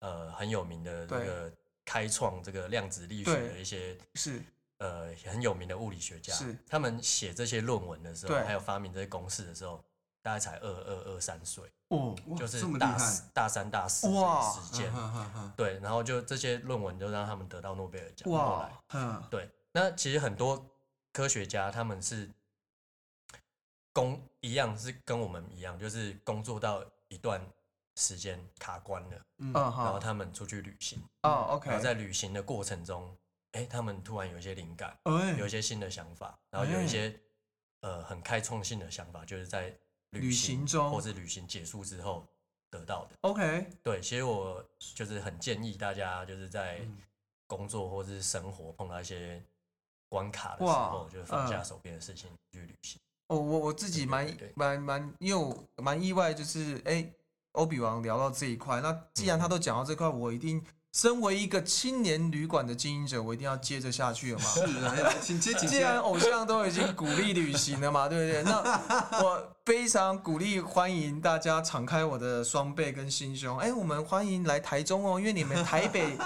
S3: 呃很有名的那
S1: 对
S3: 个开创这个量子力学
S1: 对
S3: 的一些
S1: 是
S3: 呃很有名的物理学家
S1: 是，
S3: 他们写这些论文的时候，
S1: 对
S3: 还有发明这些公式的时候，大概才二二二三岁，
S1: 哦，
S4: 哇
S3: 就是
S4: 这么厉
S3: 大
S4: 害嗯
S3: 四，大三大四的
S1: 哇
S3: 时间，
S4: 哈哈哈，
S3: 对，然后就这些论文就让他们得到诺贝尔奖。后来
S1: 哇，嗯，
S3: 对，那其实很多科学家他们是工一样是跟我们一样，就是工作到一段时间卡关了，
S4: 嗯
S1: 嗯
S3: 然后
S1: 好，
S3: 他们出去旅行，
S1: 哦
S3: 然后
S1: ，OK，
S3: 在旅行的过程中，哎，他们突然有一些灵感，
S1: 哎
S3: 有一些新的想法，然后有一些呃很开创性的想法，就是在
S1: 旅
S3: 旅
S1: 行中
S3: 或是旅行结束之后得到的。
S1: ，OK，
S3: 对，其实我就是很建议大家，就是在
S4: 嗯
S3: 工作或是生活碰到一些关卡的时
S1: 哇
S3: 候，就是放下
S1: 嗯
S3: 手边的事情去旅行。
S1: 哦，我我自己
S3: 对对
S1: 蛮
S3: 对对
S1: 蛮蛮，因为我蛮意外，就是哎，欧比王聊到这一块，那既
S3: 嗯
S1: 然他都讲到这块，我一定身为一个青年旅馆的经营者，我一定要接着下去了嘛。
S4: 是嗯来来，请接，请
S1: 既
S4: 接。
S1: 然偶像都已经鼓励旅行了嘛， 对不对？那我非常鼓励欢迎大家敞开我的双臂跟心胸。哎，我们欢迎来台中哦，因为你们台北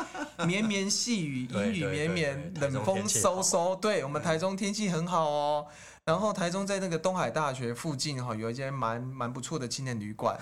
S1: 绵绵细雨，
S3: 对
S1: 阴雨
S3: 对
S1: 绵
S3: 对
S1: 绵，
S3: 对台
S1: 冷
S3: 中
S1: 风
S3: 天气
S1: 嗖
S3: 好
S1: 嗖。对我们台中天气很好哦。然后台中在那个东海大学附近哈、哦有一间蛮蛮不错的青年旅馆。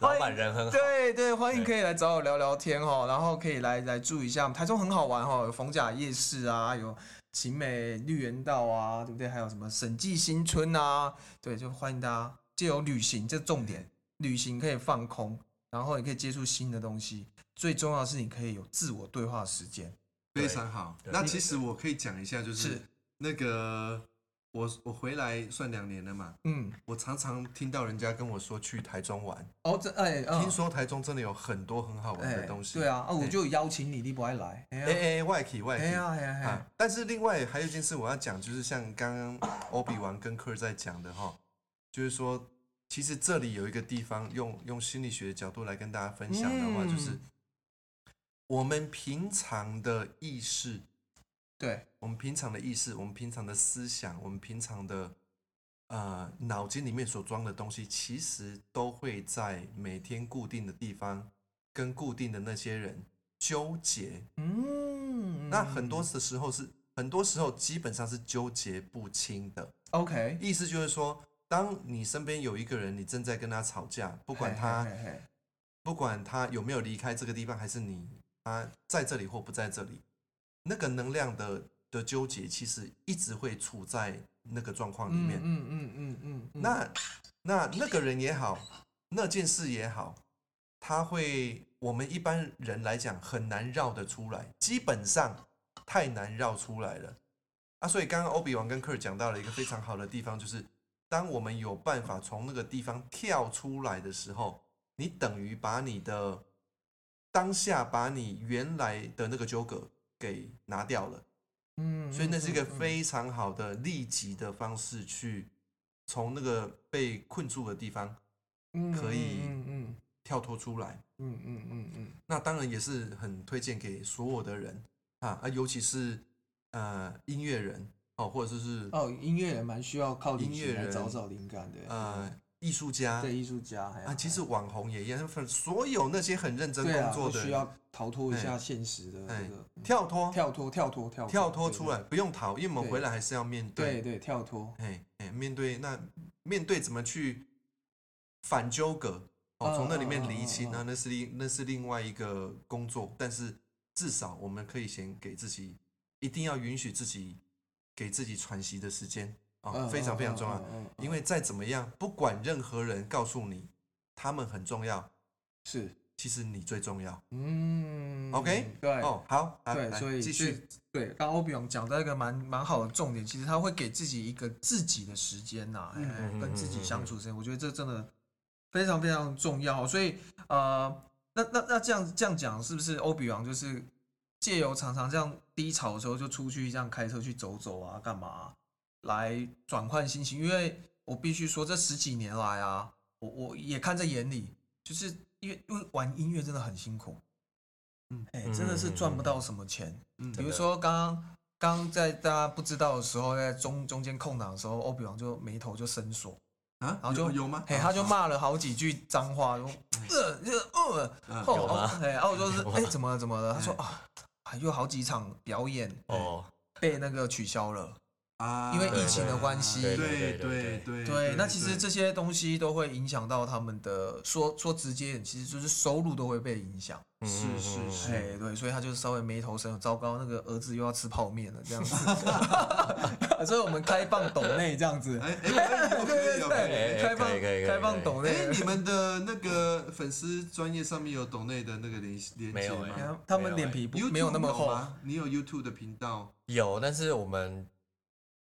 S3: 老板人 很好，
S1: 对对，欢迎
S3: 对
S1: 可以来找我聊聊天哦，然后可以来来住一下，台中很好玩哦，有逢甲夜市啊，有晴美绿园道啊，对不对？还有什么审计新村啊，对，就欢迎大家借由旅行，这重点，旅行可以放空，然后也可以接触新的东西，最重要的是你可以有自我对话时间。
S4: 非常好。
S3: 对
S4: 那其实我可以讲一下，就是
S1: 是
S4: 那个我我回来算两年了嘛，
S1: 嗯，
S4: 我常常听到人家跟我说去台中玩，
S1: 哦，这哎，嗯
S4: 听说台中真的有很多很好玩
S1: 哎
S4: 的东西。
S1: 对啊，啊，我
S4: 哎
S1: 就有邀请你，你不爱来，哎
S4: 哎
S1: 呀，
S4: 哎外企外
S1: 哎
S4: 企
S1: 呀，哎呀，哎
S4: 啊
S1: 呀，！
S4: 但是另外还有一 件事我要讲，就是像刚刚欧比王跟科尔在讲的哈，就是说，其实这里有一个地方，用用心理学的角度来跟大家分享的话，
S1: 嗯
S4: 就是我们平常的意识，
S1: 对，
S4: 我们平常的意识，我们平常的思想，我们平常的呃脑筋里面所装的东西，其实都会在每天固定的地方跟固定的那些人纠结。
S1: 嗯，
S4: 那很多的时候是，很多时候基本上是纠结不清的。
S1: OK，
S4: 意思就是说，当你身边有一个人，你正在跟他吵架，
S1: 不
S4: 不管他
S1: 嘿嘿嘿
S4: 不管他有没有离开这个地方，还是你他在这里或不在这里，那个能量的的纠结，其实一直会处在那个状况里
S1: 嗯
S4: 面。
S1: 嗯嗯嗯嗯嗯，
S4: 那那那个人也好，那件事也好，他会我们一般人来讲很难绕得出来，基本上太难绕出来了啊。所以刚刚欧比王跟克尔讲到了一个非常好的地方，就是当我们有办法从那个地方跳出来的时候，你等于把你的当下把你原来的那个纠葛给拿掉了。
S1: 嗯，
S4: 所以那是一个
S1: 嗯嗯嗯
S4: 非常好的立即的方式去从那个被困住的地方
S1: 嗯
S4: 可以
S1: 嗯嗯
S4: 跳脱出来。
S1: 嗯嗯嗯嗯
S4: 那当然也是很推荐给所有的人啊啊，尤其是呃音乐人哦，或者是
S1: 嗯，哦，音乐人蛮需要靠
S4: 音
S1: 音乐
S4: 乐
S1: 来
S4: 人
S1: 找找灵感的，
S4: 呃艺术家
S1: 对艺术家还
S4: 啊，其实
S1: 还
S4: 网红也一样，反所有那些很认真
S1: 对啊
S4: 工作
S1: 会
S4: 的
S1: 需
S4: 人，
S1: 要逃脱一
S4: 哎
S1: 下现实的
S4: 哎
S1: 这个嗯
S4: 跳脱
S1: 跳脱跳脱跳
S4: 跳脱出
S1: 对
S4: 来，不用逃，因为我们
S1: 对
S4: 回来还是要面
S1: 对对跳脱，
S4: 哎哎，面对那面对怎么去反纠葛哦，
S1: 嗯
S4: 从那里面
S1: 嗯嗯
S4: 厘
S1: 嗯
S4: 清
S1: 嗯
S4: 啊，那是另那是另外一个工作，但是至少我们可以先给自己，一定要允许自己给自己喘息的时间啊，
S1: 嗯
S4: 非常
S1: 嗯
S4: 非常
S1: 嗯
S4: 重要
S1: 嗯。嗯嗯
S4: 因为再怎么样，不管任何人告诉你他们很重要，
S1: 是
S4: 其实你最重要。
S1: 嗯
S4: OK，
S1: 对
S4: 哦，好，啊
S1: 对，
S4: 来
S1: 所以
S4: 继
S1: 所以
S4: 续，
S1: 对，刚欧比昂讲到一个蛮蛮好的重点，其实他会给自己一个自己的时间呐、哎
S3: 嗯
S1: 跟自己相处时间，我觉得这真的非常非常重要。哦所以呃，那那那这样这样讲，是不是欧比昂就是借由常常这样低潮的时候就出去这样开车去走走啊，干嘛啊、来转换心情？因为我必须说，这十几年来啊，我我也看在眼里，就是因为因为玩音乐真的很辛苦，嗯，哎、真的是赚不到什么钱。
S4: 嗯
S1: 比如说刚刚刚在大家不知道的时候，在中中间空档的时候，欧比王就眉头就深锁，
S4: 啊，
S1: 然后就
S4: 有有吗？
S1: 嘿，他就骂了好几句脏话，就呃就呃
S4: 啊
S1: 哦
S3: 有吗
S1: 哦，嘿，然后我就是
S3: 有吗
S1: 哎怎么了怎么了？他说啊，还有好几场表演
S3: 哦，
S1: 被那个取消了。
S4: 啊
S1: 因为疫情的关系
S4: 对
S3: 对对
S4: 对
S3: 对
S4: 对
S1: 对，那其实
S4: 对
S1: 这些东西都会影响到他们的，说说直接点，其实就是收入都会被影响。
S3: 嗯
S4: 是是是
S1: 哎，对，所以他就稍微眉头深锁，糟糕，那个儿子又要吃泡面了，这 样子。所以我们开放抖内这样子，
S4: 哎哎，可以哦可以哦可以哦
S3: 哎哎
S1: 开放
S3: 可以可以可以
S1: 开放抖内
S4: 哎，，你们的那个粉丝专业上面有抖内的那个联联
S3: 没
S4: 接
S3: 有哎
S4: 吗
S1: 他们脸皮不
S4: 啊 YouTube
S1: 没有那么厚，
S4: 吗？你有 YouTube 的频道
S3: 有，但是我们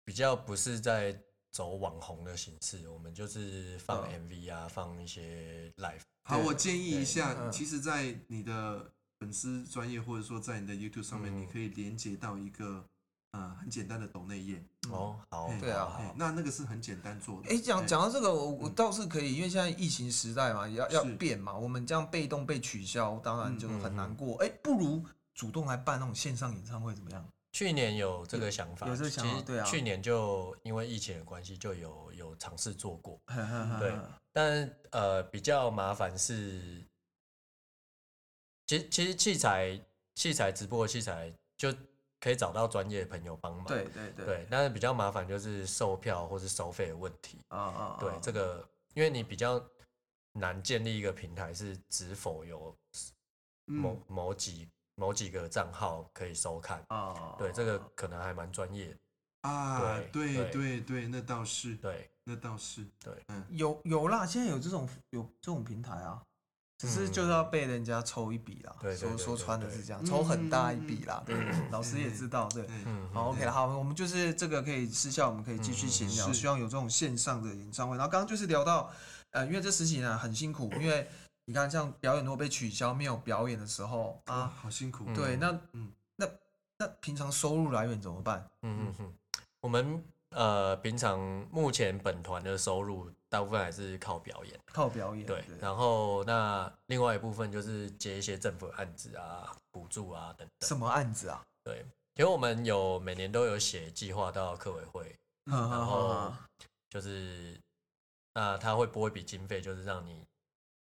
S3: 比较不是在走网红的形式，我们就是放
S1: 嗯
S3: MV 啊，放一些 live。
S4: 好，
S1: 对
S4: 我建议一下，
S1: 嗯
S4: 其实，在你的粉丝专业或者说在你的 YouTube 上面，
S3: 嗯
S4: 你可以连接到一个呃很简单的抖内页，
S3: 哦，好，
S4: 哎
S1: 对啊
S3: 好好
S4: 哎那那个是很简单做的。
S1: 哎，讲
S4: 哎
S1: 讲到这个，我我倒是可以，因为现在疫情时代嘛，要要
S4: 是
S1: 变嘛，我们这样被动被取消，当然就
S4: 嗯
S1: 很难过。哎，不如主动来办那种线上演唱会怎 么样？
S3: 去年有这个想法，
S1: 有有这个想法
S3: 其实
S1: 对啊
S3: 去年就因为疫情的关系，就有有尝试做过，对
S1: 对
S3: 但呃比较麻烦是，其实其实器材器材直播的器材就可以找到专业的朋友帮忙，
S1: 对对对
S3: 对，但是比较麻烦就是售票或是收费的问题，
S1: 啊啊！啊
S3: 对这个，因为你比较难建立一个平台是只否有某、
S4: 嗯，
S3: 某几某几个账号可以收看，
S1: 啊，
S3: 对这个可能还蛮专业的。
S4: 啊，
S3: 对
S4: 对
S3: 对
S4: 对对，那倒是，
S3: 对，
S4: 那倒是，
S1: 有有啦，现在有这种有这种平台啊，只是就是要被人家抽一笔啦。
S3: 嗯对对对
S1: 说
S3: 对
S1: 说穿的
S3: 对
S1: 是这样，
S4: 嗯
S1: 抽很大一笔啦。对，老师也知道。对，
S4: 哎
S3: 嗯，
S1: 好 OK 了，好，我们就是这个可以私下我们可以继续闲聊，
S4: 是
S1: 希望有这种线上的演唱会。然后刚刚就是聊到，呃，因为这十几年来很辛苦，因为你看像表演如果被取消，没有表演的时候
S4: 哇
S1: 啊，
S4: 好辛苦。
S3: 嗯
S1: 对，那
S4: 嗯
S1: 那那平常收入来源怎么办？
S3: 嗯嗯嗯，我们呃，平常目前本团的收入大部分还是靠表演，
S1: 靠表演。
S3: 对。然后那另外一部分就是接一些政府案子啊、补助啊等等。
S1: 什么案子啊？
S3: 对，因为我们有每年都有写计划到客委会，然
S1: 然
S3: 后
S4: 哦
S3: 就是那他会拨一笔经费，就是让你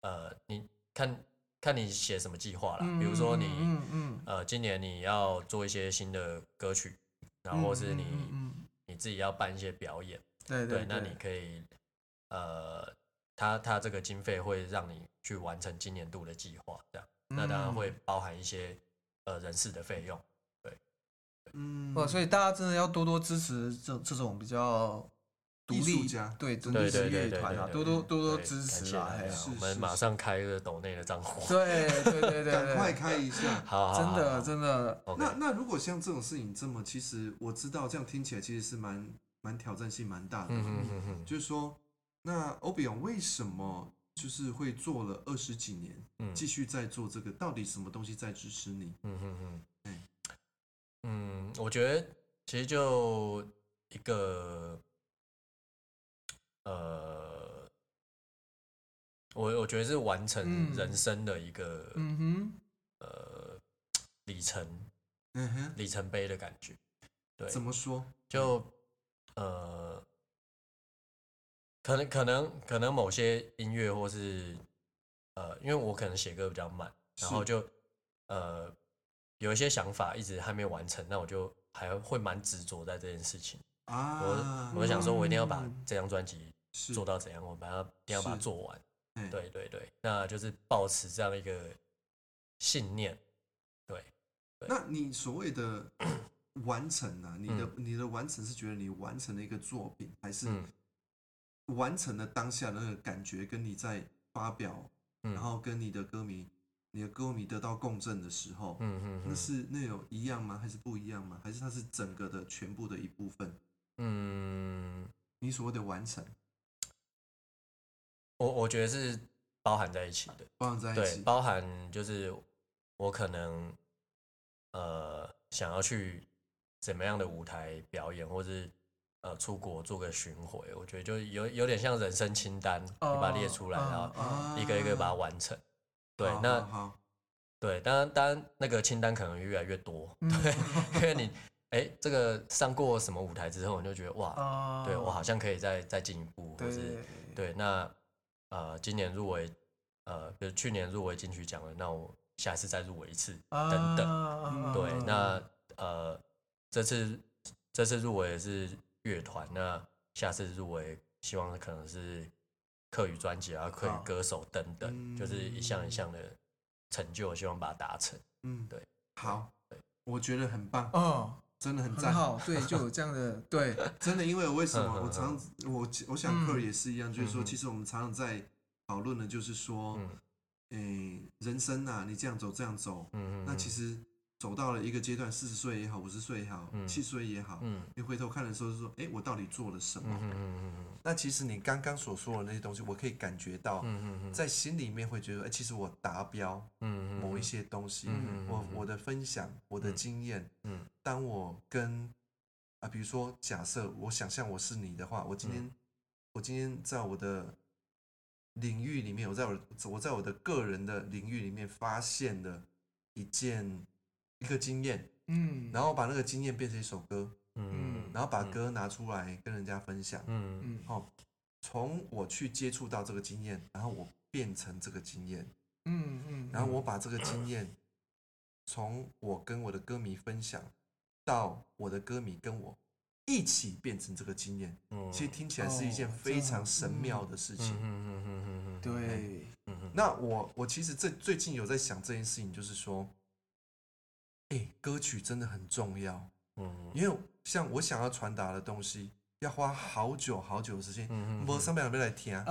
S3: 呃，你看看你写什么计划啦，啊比如说你。
S1: 嗯嗯
S3: 呃，今年你要做一些新的歌曲，然
S1: 嗯，
S3: 后或是
S1: 嗯
S3: 你、
S1: 嗯嗯
S3: 你自己要办一些表演，
S1: 对对，
S3: 对，那你可以呃，他他这个经费会让你去完成今年度的计划，这样，那当然
S1: 嗯
S3: 会包含一些呃人事的费用，
S4: 嗯
S1: 哇，所以大家真的要多多支持这这种比较独
S4: 艺术
S1: 立
S4: 家
S1: 对独
S3: 对
S1: 立
S3: 对
S1: 乐
S3: 对对
S1: 团啊，
S3: 对嗯
S1: 多多多多
S3: 对
S1: 支
S3: 感
S1: 持
S3: 谢
S1: 啊，
S3: 大
S1: 嘿
S3: 家哦
S1: 啊
S4: 是
S3: 我们
S4: 是
S3: 马
S4: 是
S3: 上开一个抖内的账户，
S1: 对对对对对，
S4: 赶快
S1: 对
S4: 开一下。
S3: 好好好
S1: 真的
S3: 的
S1: 真的，
S4: 那
S3: ，OK，嗯
S4: 那如果像这种事情这么，其实我知道这样听起来其实是蛮蛮挑战性蛮大的。
S3: 嗯嗯嗯嗯
S4: 就是说，那欧比昂为什么就是会做了二十几年，
S3: 嗯
S4: 继续在做这个？到底什么东西在支持你？
S3: 嗯嗯嗯
S4: 嗯
S3: 嗯，我觉得其实就一个呃，我我觉得是完成
S1: 嗯
S3: 人生的一个、
S1: 嗯哼。
S3: 呃里程
S4: 嗯哼，
S3: 里程碑的感觉。对，
S4: 怎么说？
S3: 就呃，可能可能可能某些音乐或是呃，因为我可能写歌比较慢，然后
S4: 是
S3: 就呃有一些想法一直还没完成，那我就还会蛮执着在这件事情。
S4: 啊，
S3: 我我想说，我一定要把
S1: 嗯
S3: 这张专辑
S4: 是
S3: 做到怎样，我把它一定要把它
S4: 是
S3: 做完。
S4: 哎
S3: 对对对，那就是保持这样一个信念。对，
S4: 那你所谓 的完成呢、啊？你的、你的完成是觉得你完成了一个作品，还是
S3: 嗯
S4: 完成了当下的那个感觉，跟你在发表，
S3: 嗯
S4: 然后跟你的歌迷、你的歌迷得到共振的时候，
S3: 嗯嗯
S4: 那
S3: 嗯
S4: 是那有一样吗？还是不一样吗？还是它是整个的全部的一部分？
S3: 嗯，
S4: 你所谓的完成
S3: 我我觉得是包含在一起的。
S4: 包含在一
S3: 对，
S4: 起，
S3: 包含就是我可能呃想要去怎么样的舞台表演，或是呃出国做个巡回，我觉得就有有点像人生清单，你把它列出来，然
S1: 哦
S3: 后
S1: 哦
S4: 啊
S3: 一个一个把它完成。对
S4: 好，
S3: 那
S4: 好好
S3: 对，当然当然那个清单可能越来越多，
S4: 嗯
S3: 对，因为你哎这个上过什么舞台之后，你就觉得哇，
S1: 啊，
S4: 哦
S3: 对我好像可以再再进一步，或是
S1: 对
S3: 对，那呃，今年入围，呃，比如去年入围金曲奖了，那我下次再入围一次，
S1: 啊
S3: 等等。
S1: 等
S3: 对，那呃，这次这次入围的是乐团，那下次入围希望可能是客语专辑啊、客
S1: 好
S3: 语歌手等等，就是一项一项的成就，希望把它达成。
S4: 嗯，
S3: 对，
S4: 好，我觉得很棒，
S1: 哦，
S4: 真的很
S1: 很
S4: 赞，
S1: 好，对，就有这样的， 对，
S4: 真的，因为为什么
S3: 嗯嗯
S4: 我常我我想
S1: 嗯
S4: 克尔也是一样，就是说，
S3: 嗯嗯
S4: 其实我们常常在讨论的，就是说，
S3: 嗯
S4: 诶，人生呐，你这样走这样走，
S3: 嗯
S4: 那其
S3: 实，
S4: 实走到了一个阶段，四十岁也好，五十岁也好，
S3: 嗯
S4: 七十岁也好，
S3: 嗯
S4: 你回头看的时候，就说，诶，我到底做了什
S3: 嗯
S4: 么？
S3: 嗯嗯
S4: 那其实你刚刚所说的那些东西，我可以感觉到，
S3: 嗯嗯
S4: 在心里面会觉得，哎，其实我达标
S3: 嗯
S4: 某一些东西，
S3: 嗯嗯嗯
S4: 我
S3: 嗯
S4: 我的分享，我的经验，
S3: 嗯
S4: 当我跟啊，比如说假设我想象我是你的话，
S3: 嗯
S4: 我今天、我今天在我的领域里面，我在我的我在我的个人的领域里面发现了一件一个经验，
S1: 嗯，
S4: 然后把那个经验变成一首歌，
S3: 嗯
S4: 然后把歌拿出来跟人家分享，
S3: 嗯
S1: 嗯
S4: 哦，从我去接触到这个经验，然后我变成这个经验。
S1: 嗯嗯，
S4: 然后我把这个经验，从我跟我的歌迷分享，到我的歌迷跟我一起变成这个经验，
S3: 嗯，
S4: 其实听起来是一件
S1: 哦
S4: 非常
S1: 这
S4: 神妙的事
S3: 嗯
S4: 情。
S3: 嗯嗯嗯嗯，
S1: 对，
S4: 那我我其实这最近有在想这件事情，就是说，哎，歌曲真的很重要，
S3: 嗯
S4: 因为像我想要传达的东西，要花好久好久的时间。
S3: 嗯
S4: 我上面两边来听啊，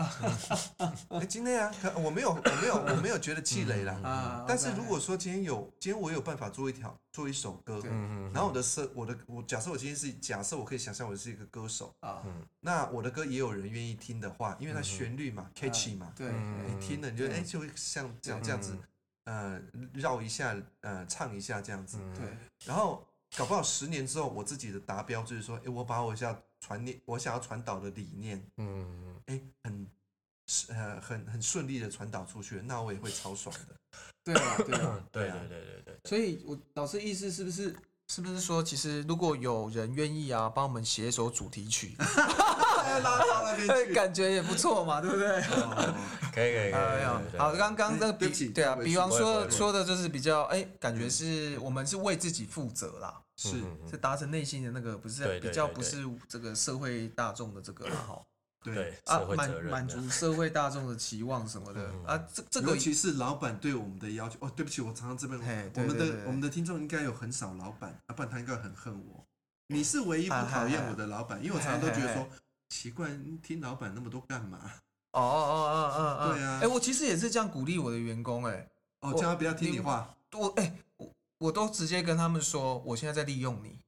S4: 哎，今天啊，可我没有，我没有，我没有觉得气馁
S3: 嗯
S4: 啦。
S1: 啊，
S4: 但是如果说今天有，今天我有办法做一条做一首歌，
S1: 对
S3: 嗯
S4: 然后我的设我的我假设我今天是假设我可以想象我是一个歌手，
S1: 啊，
S3: 嗯
S4: 那我的歌也有人愿意听的话，因为它旋律嘛、c a t c h y
S1: 嗯
S4: 嘛，
S1: 啊对，
S3: 嗯
S1: 嗯
S4: 你听了你就哎、就会像
S3: 嗯
S4: 这样这样子，呃绕一下呃唱一下这样子，
S1: 对，
S4: 然后搞不好十年之后，我自己的达标就是说，哎，我把我想传念，我想要传导的理念，
S3: 嗯，
S4: 哎，很是呃很很顺利的传导出去，那我也会超爽 的。
S1: 对啊，对啊。
S3: 对
S4: 对啊
S3: 对对对对，
S1: 所以我老师意思是不是是不是说，其实如果有人愿意啊，帮我们写一首主题曲，
S4: 拉到那边哦
S1: 哎感觉也不错嘛，对不对？
S3: 可以可以可
S1: 哎呀
S3: 以对，对
S1: 好，刚刚那个
S4: 对不
S1: 比
S4: 起
S1: 对啊，
S4: 不好意思
S1: 比方
S3: 不会
S1: 说
S3: 不会
S1: 说的就是比较哎，感觉是我们是为自己负责啦，
S4: 是
S3: 嗯嗯
S1: 是达成内心的那个，不是
S3: 对对
S1: 比较
S3: 对
S1: 不是这个社会大众的这个啦哈
S3: 对
S4: 对，
S1: 啊
S3: 社会
S1: 满
S3: 责任
S1: 满足社会大众的期望什么的
S3: 嗯嗯
S1: 啊，这这个
S4: 尤其是老板对我们的要求。哦，对不起，我常常这边
S1: 嘿
S4: 我
S1: 对
S4: 们
S1: 对对
S4: 的我们的听众应该有很少老板，啊，不然他应该很恨我。你是唯一不讨厌我的老板，因为我常常都觉得
S1: 嘿
S4: 说
S1: 啊嘿，
S4: 奇怪，听老板那么多干嘛？
S1: 哦哦哦哦哦，
S4: 对啊
S1: 哎，我其实也是这样鼓励我的员工哎、
S4: 哦，
S1: 我
S4: 叫他不要听你话。
S1: 我哎、我我都直接跟他们说，我现在在利用你。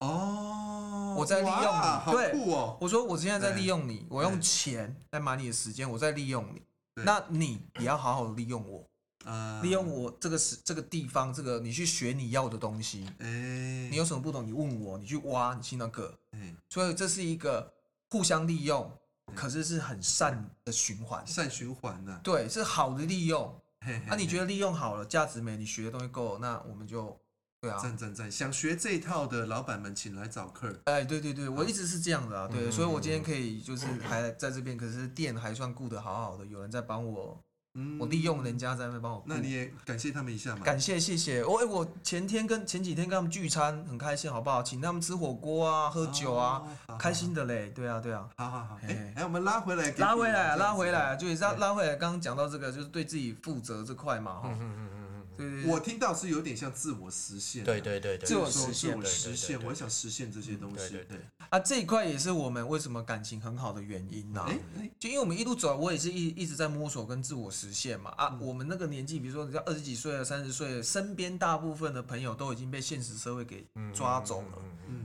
S4: 哦，
S1: 我在利用你
S4: 哇好
S1: 对
S4: 酷哦。
S1: 我说我现在在利用你，我用
S4: 对
S1: 钱来买你的时间，我在利用你。
S4: 对
S1: 那你也要好好的利用我，
S4: 啊
S1: 利用。我这个时这个地方，这个你去学你要的东西。
S4: 哎，
S1: 你有什么不懂，你问我，你去挖，你去那个。
S4: 哎
S1: 所以这是一个互相利用，
S4: 嗯
S1: 可是是很善的循环。
S4: 善循环呐。
S1: 对，是好的利用。
S4: 嘿嘿
S1: 那、啊你
S4: 嘿
S1: 觉得利用好了，价值没？你学的东西够，那我们就对啊，
S4: 赞赞赞！想学这一套的老板们，请来找客儿。
S1: 哎，对对对，我一直是这样的啊，对，所以我今天可以就是还在这边，可是店还算顾得好好的，有人在帮我，
S4: 嗯
S1: 我利用人家在那边帮我顾。
S4: 那你也感谢他们一下嘛。
S1: 感谢谢谢，我、哎，我前天跟前几天跟他们聚餐，很开心，好不好？请他们吃火锅啊，喝酒啊，
S4: 哦，好
S1: 开。心的嘞，对啊对啊。
S4: 好好好，哎
S1: 嘿，
S4: 哎，我们拉回来，啊
S1: 拉回来，拉回
S4: 来。
S1: 来，就是拉拉回来。刚刚讲到这个，就是对自己负责这块嘛，哈，
S3: 嗯嗯嗯嗯，
S1: 对对对
S4: 我听到是有点像自我实现啊，
S3: 对对对对，
S1: 自我
S4: 说
S1: 实现
S4: 自我实
S3: 对对对
S4: 现，
S3: 对
S4: 我想实现这些东西。
S3: 对对对
S1: 啊，这一块也是我们为什么感情很好的原因呐、
S4: 哎哎，
S1: 就因为我们一路走来，我也是一一直在摸索跟自我实现嘛啊，我们那个年纪，比如说你像二十几岁了、三十岁了，身边大部分的朋友都已经被现实社会给抓走了、
S4: 嗯，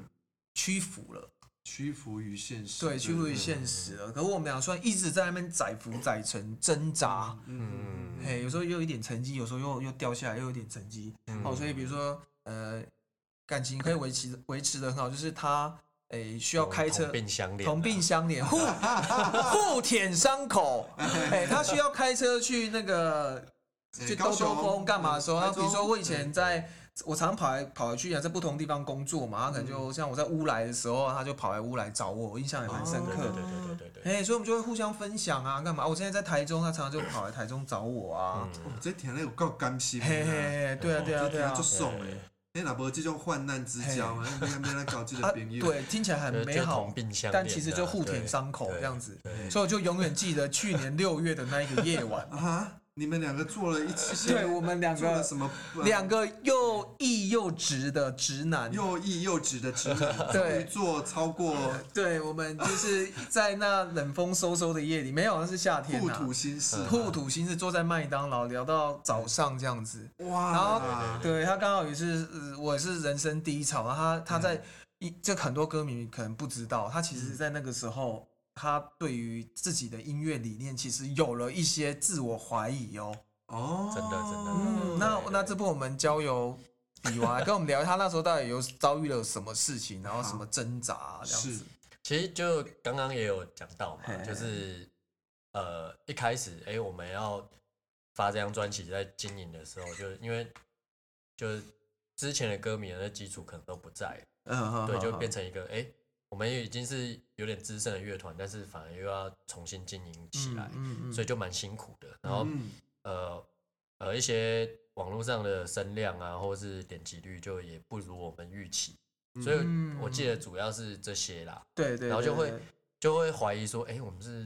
S1: 屈服了，
S4: 屈服于现实，
S1: 对，屈服于现实了。可是我们俩虽然一直在那边载浮载沉、挣扎，
S4: 嗯，嗯嗯
S1: 嘿，有时候又有一点成绩，有时候又又掉下来，又有点成绩。哦，所以比如说呃，感情可以维持维持的很好，就是他诶、需要开车
S3: 同病相怜啊，
S1: 同病相怜， 互互舔伤口。哎、他需要开车去那个
S4: 哎
S3: 呃
S1: 去
S4: 高
S1: 兜兜
S4: 雄
S1: 风干嘛的时候，
S4: 台
S1: 那比如说
S4: 中
S1: 我以前在。我常跑来跑来去啊，在不同地方工作
S3: 嗯
S1: 嘛，他可能就像我在乌来的时候，他就跑来乌来找我，我印象也蛮深
S3: 对
S1: 刻
S3: 对
S1: 的。
S3: 哦对对对对对，
S1: 哎、所以我们就会互相分享啊，干嘛？我现在在台中，他常常就跑来台中找我啊。
S3: 嗯
S4: 哦这天嘞有够甘心的
S1: 嘿嘿
S4: 啦，哦
S1: 嘿，对啊，对啊，对啊
S3: 哦
S4: 就，爽哎。你若无这种患难之交啊，你还没来搞这个
S1: 啊，
S4: 朋友，，
S1: 对，听起来很
S3: 就
S1: 美
S3: 就
S1: 好
S3: 同，病相怜啊，
S1: 但其实就互
S3: 对
S1: 舔伤口
S3: 对
S1: 这样子。
S3: 对
S1: 所以我就永远记得去年六月的那一个夜晚
S4: 啊，你们两个做了一起，
S1: 对我们两
S4: 做了
S1: 个
S4: 什么？呃
S1: 两个又义又直的直男，
S4: 又义又直 的直男，
S1: 对
S4: 终于做超过
S1: 对我们 就是在那冷风嗖嗖的夜里，没有，那是夏天
S4: 互
S1: 啊。
S4: 吐心事，
S1: 兔土星是坐在麦当劳聊到早上这样子，嗯然后
S4: 哇！
S1: 对他刚好也是，呃我也是人生低潮，然后他他
S4: 嗯
S1: 在一这很多歌迷可能不知道，他其实在那个时候，他对于自己的音乐理念其实有了一些自我怀疑哦。
S4: 哦，
S3: 真的真的
S1: 嗯，那
S3: 对对
S1: 那这波我们交由比娃跟我们聊，他那时候到底有遭遇了什么事情，然后什么挣扎、啊这样
S4: 是
S1: 子。
S3: 其实就刚刚也有讲到嘛，
S1: 嘿
S3: 就是呃一开始哎、诶我们要发这张专辑在经营的时候，就是因为就是之前的歌迷的那基础可能都不在，
S1: 嗯，
S3: 对，就变
S1: 成
S3: 成一个哎、诶我们也已经是有点资深的乐团，但是反而又要重新经营起来，
S1: 嗯嗯，
S3: 所以
S1: 以
S3: 就蛮辛苦的。然后、
S4: 嗯，
S3: 呃呃一些网络上的声量啊，或是点击率就也不如我们预期，所以
S1: 嗯
S3: 我记得主要是这些啦。
S1: 对对，
S3: 然后就
S1: 对
S3: 会就会怀疑说，哎、我们是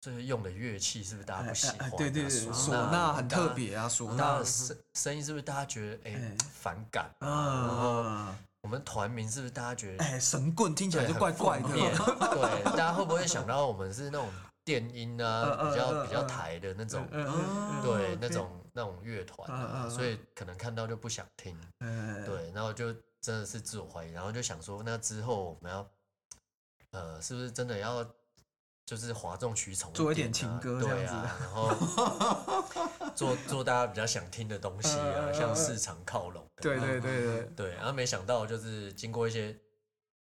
S3: 这些用的乐器是不是大家不喜欢、啊？
S1: 哎对对对，唢
S3: 唢
S1: 呐很特，别啊，唢
S3: 大家
S1: 呐
S3: 的声声音是不是大家觉得哎、
S1: 哎
S3: 反感啊？然后
S1: 啊，
S3: 我们团名是不是大家觉得
S1: 哎，神棍听起来就怪怪的，
S3: 对很负面对，大家会不会想到我们是那种电音
S1: 嗯
S3: 啊，
S1: 嗯
S3: 比较
S1: 嗯
S3: 比较
S1: 嗯
S3: 台的那种？
S1: 嗯
S3: 对，那种那种乐团
S1: 嗯嗯
S3: 啊，
S1: 嗯
S3: 所以可能看到就不想听，
S1: 嗯，对，
S3: 对，然后就真的是自我怀疑，然后就想说，那之后我们要，呃，是不是真的要就是哗众取宠、
S1: 做一
S3: 点
S1: 点情
S3: 啊
S1: 歌这
S3: 对
S1: 样
S3: 啊，
S1: 子
S3: 然后做做大家比较想听的东西
S1: 嗯嗯
S3: 啊，
S1: 嗯
S3: 向
S1: 嗯
S3: 市场靠拢的。
S1: 对对对对，
S3: 对，然后没想到就是经过一些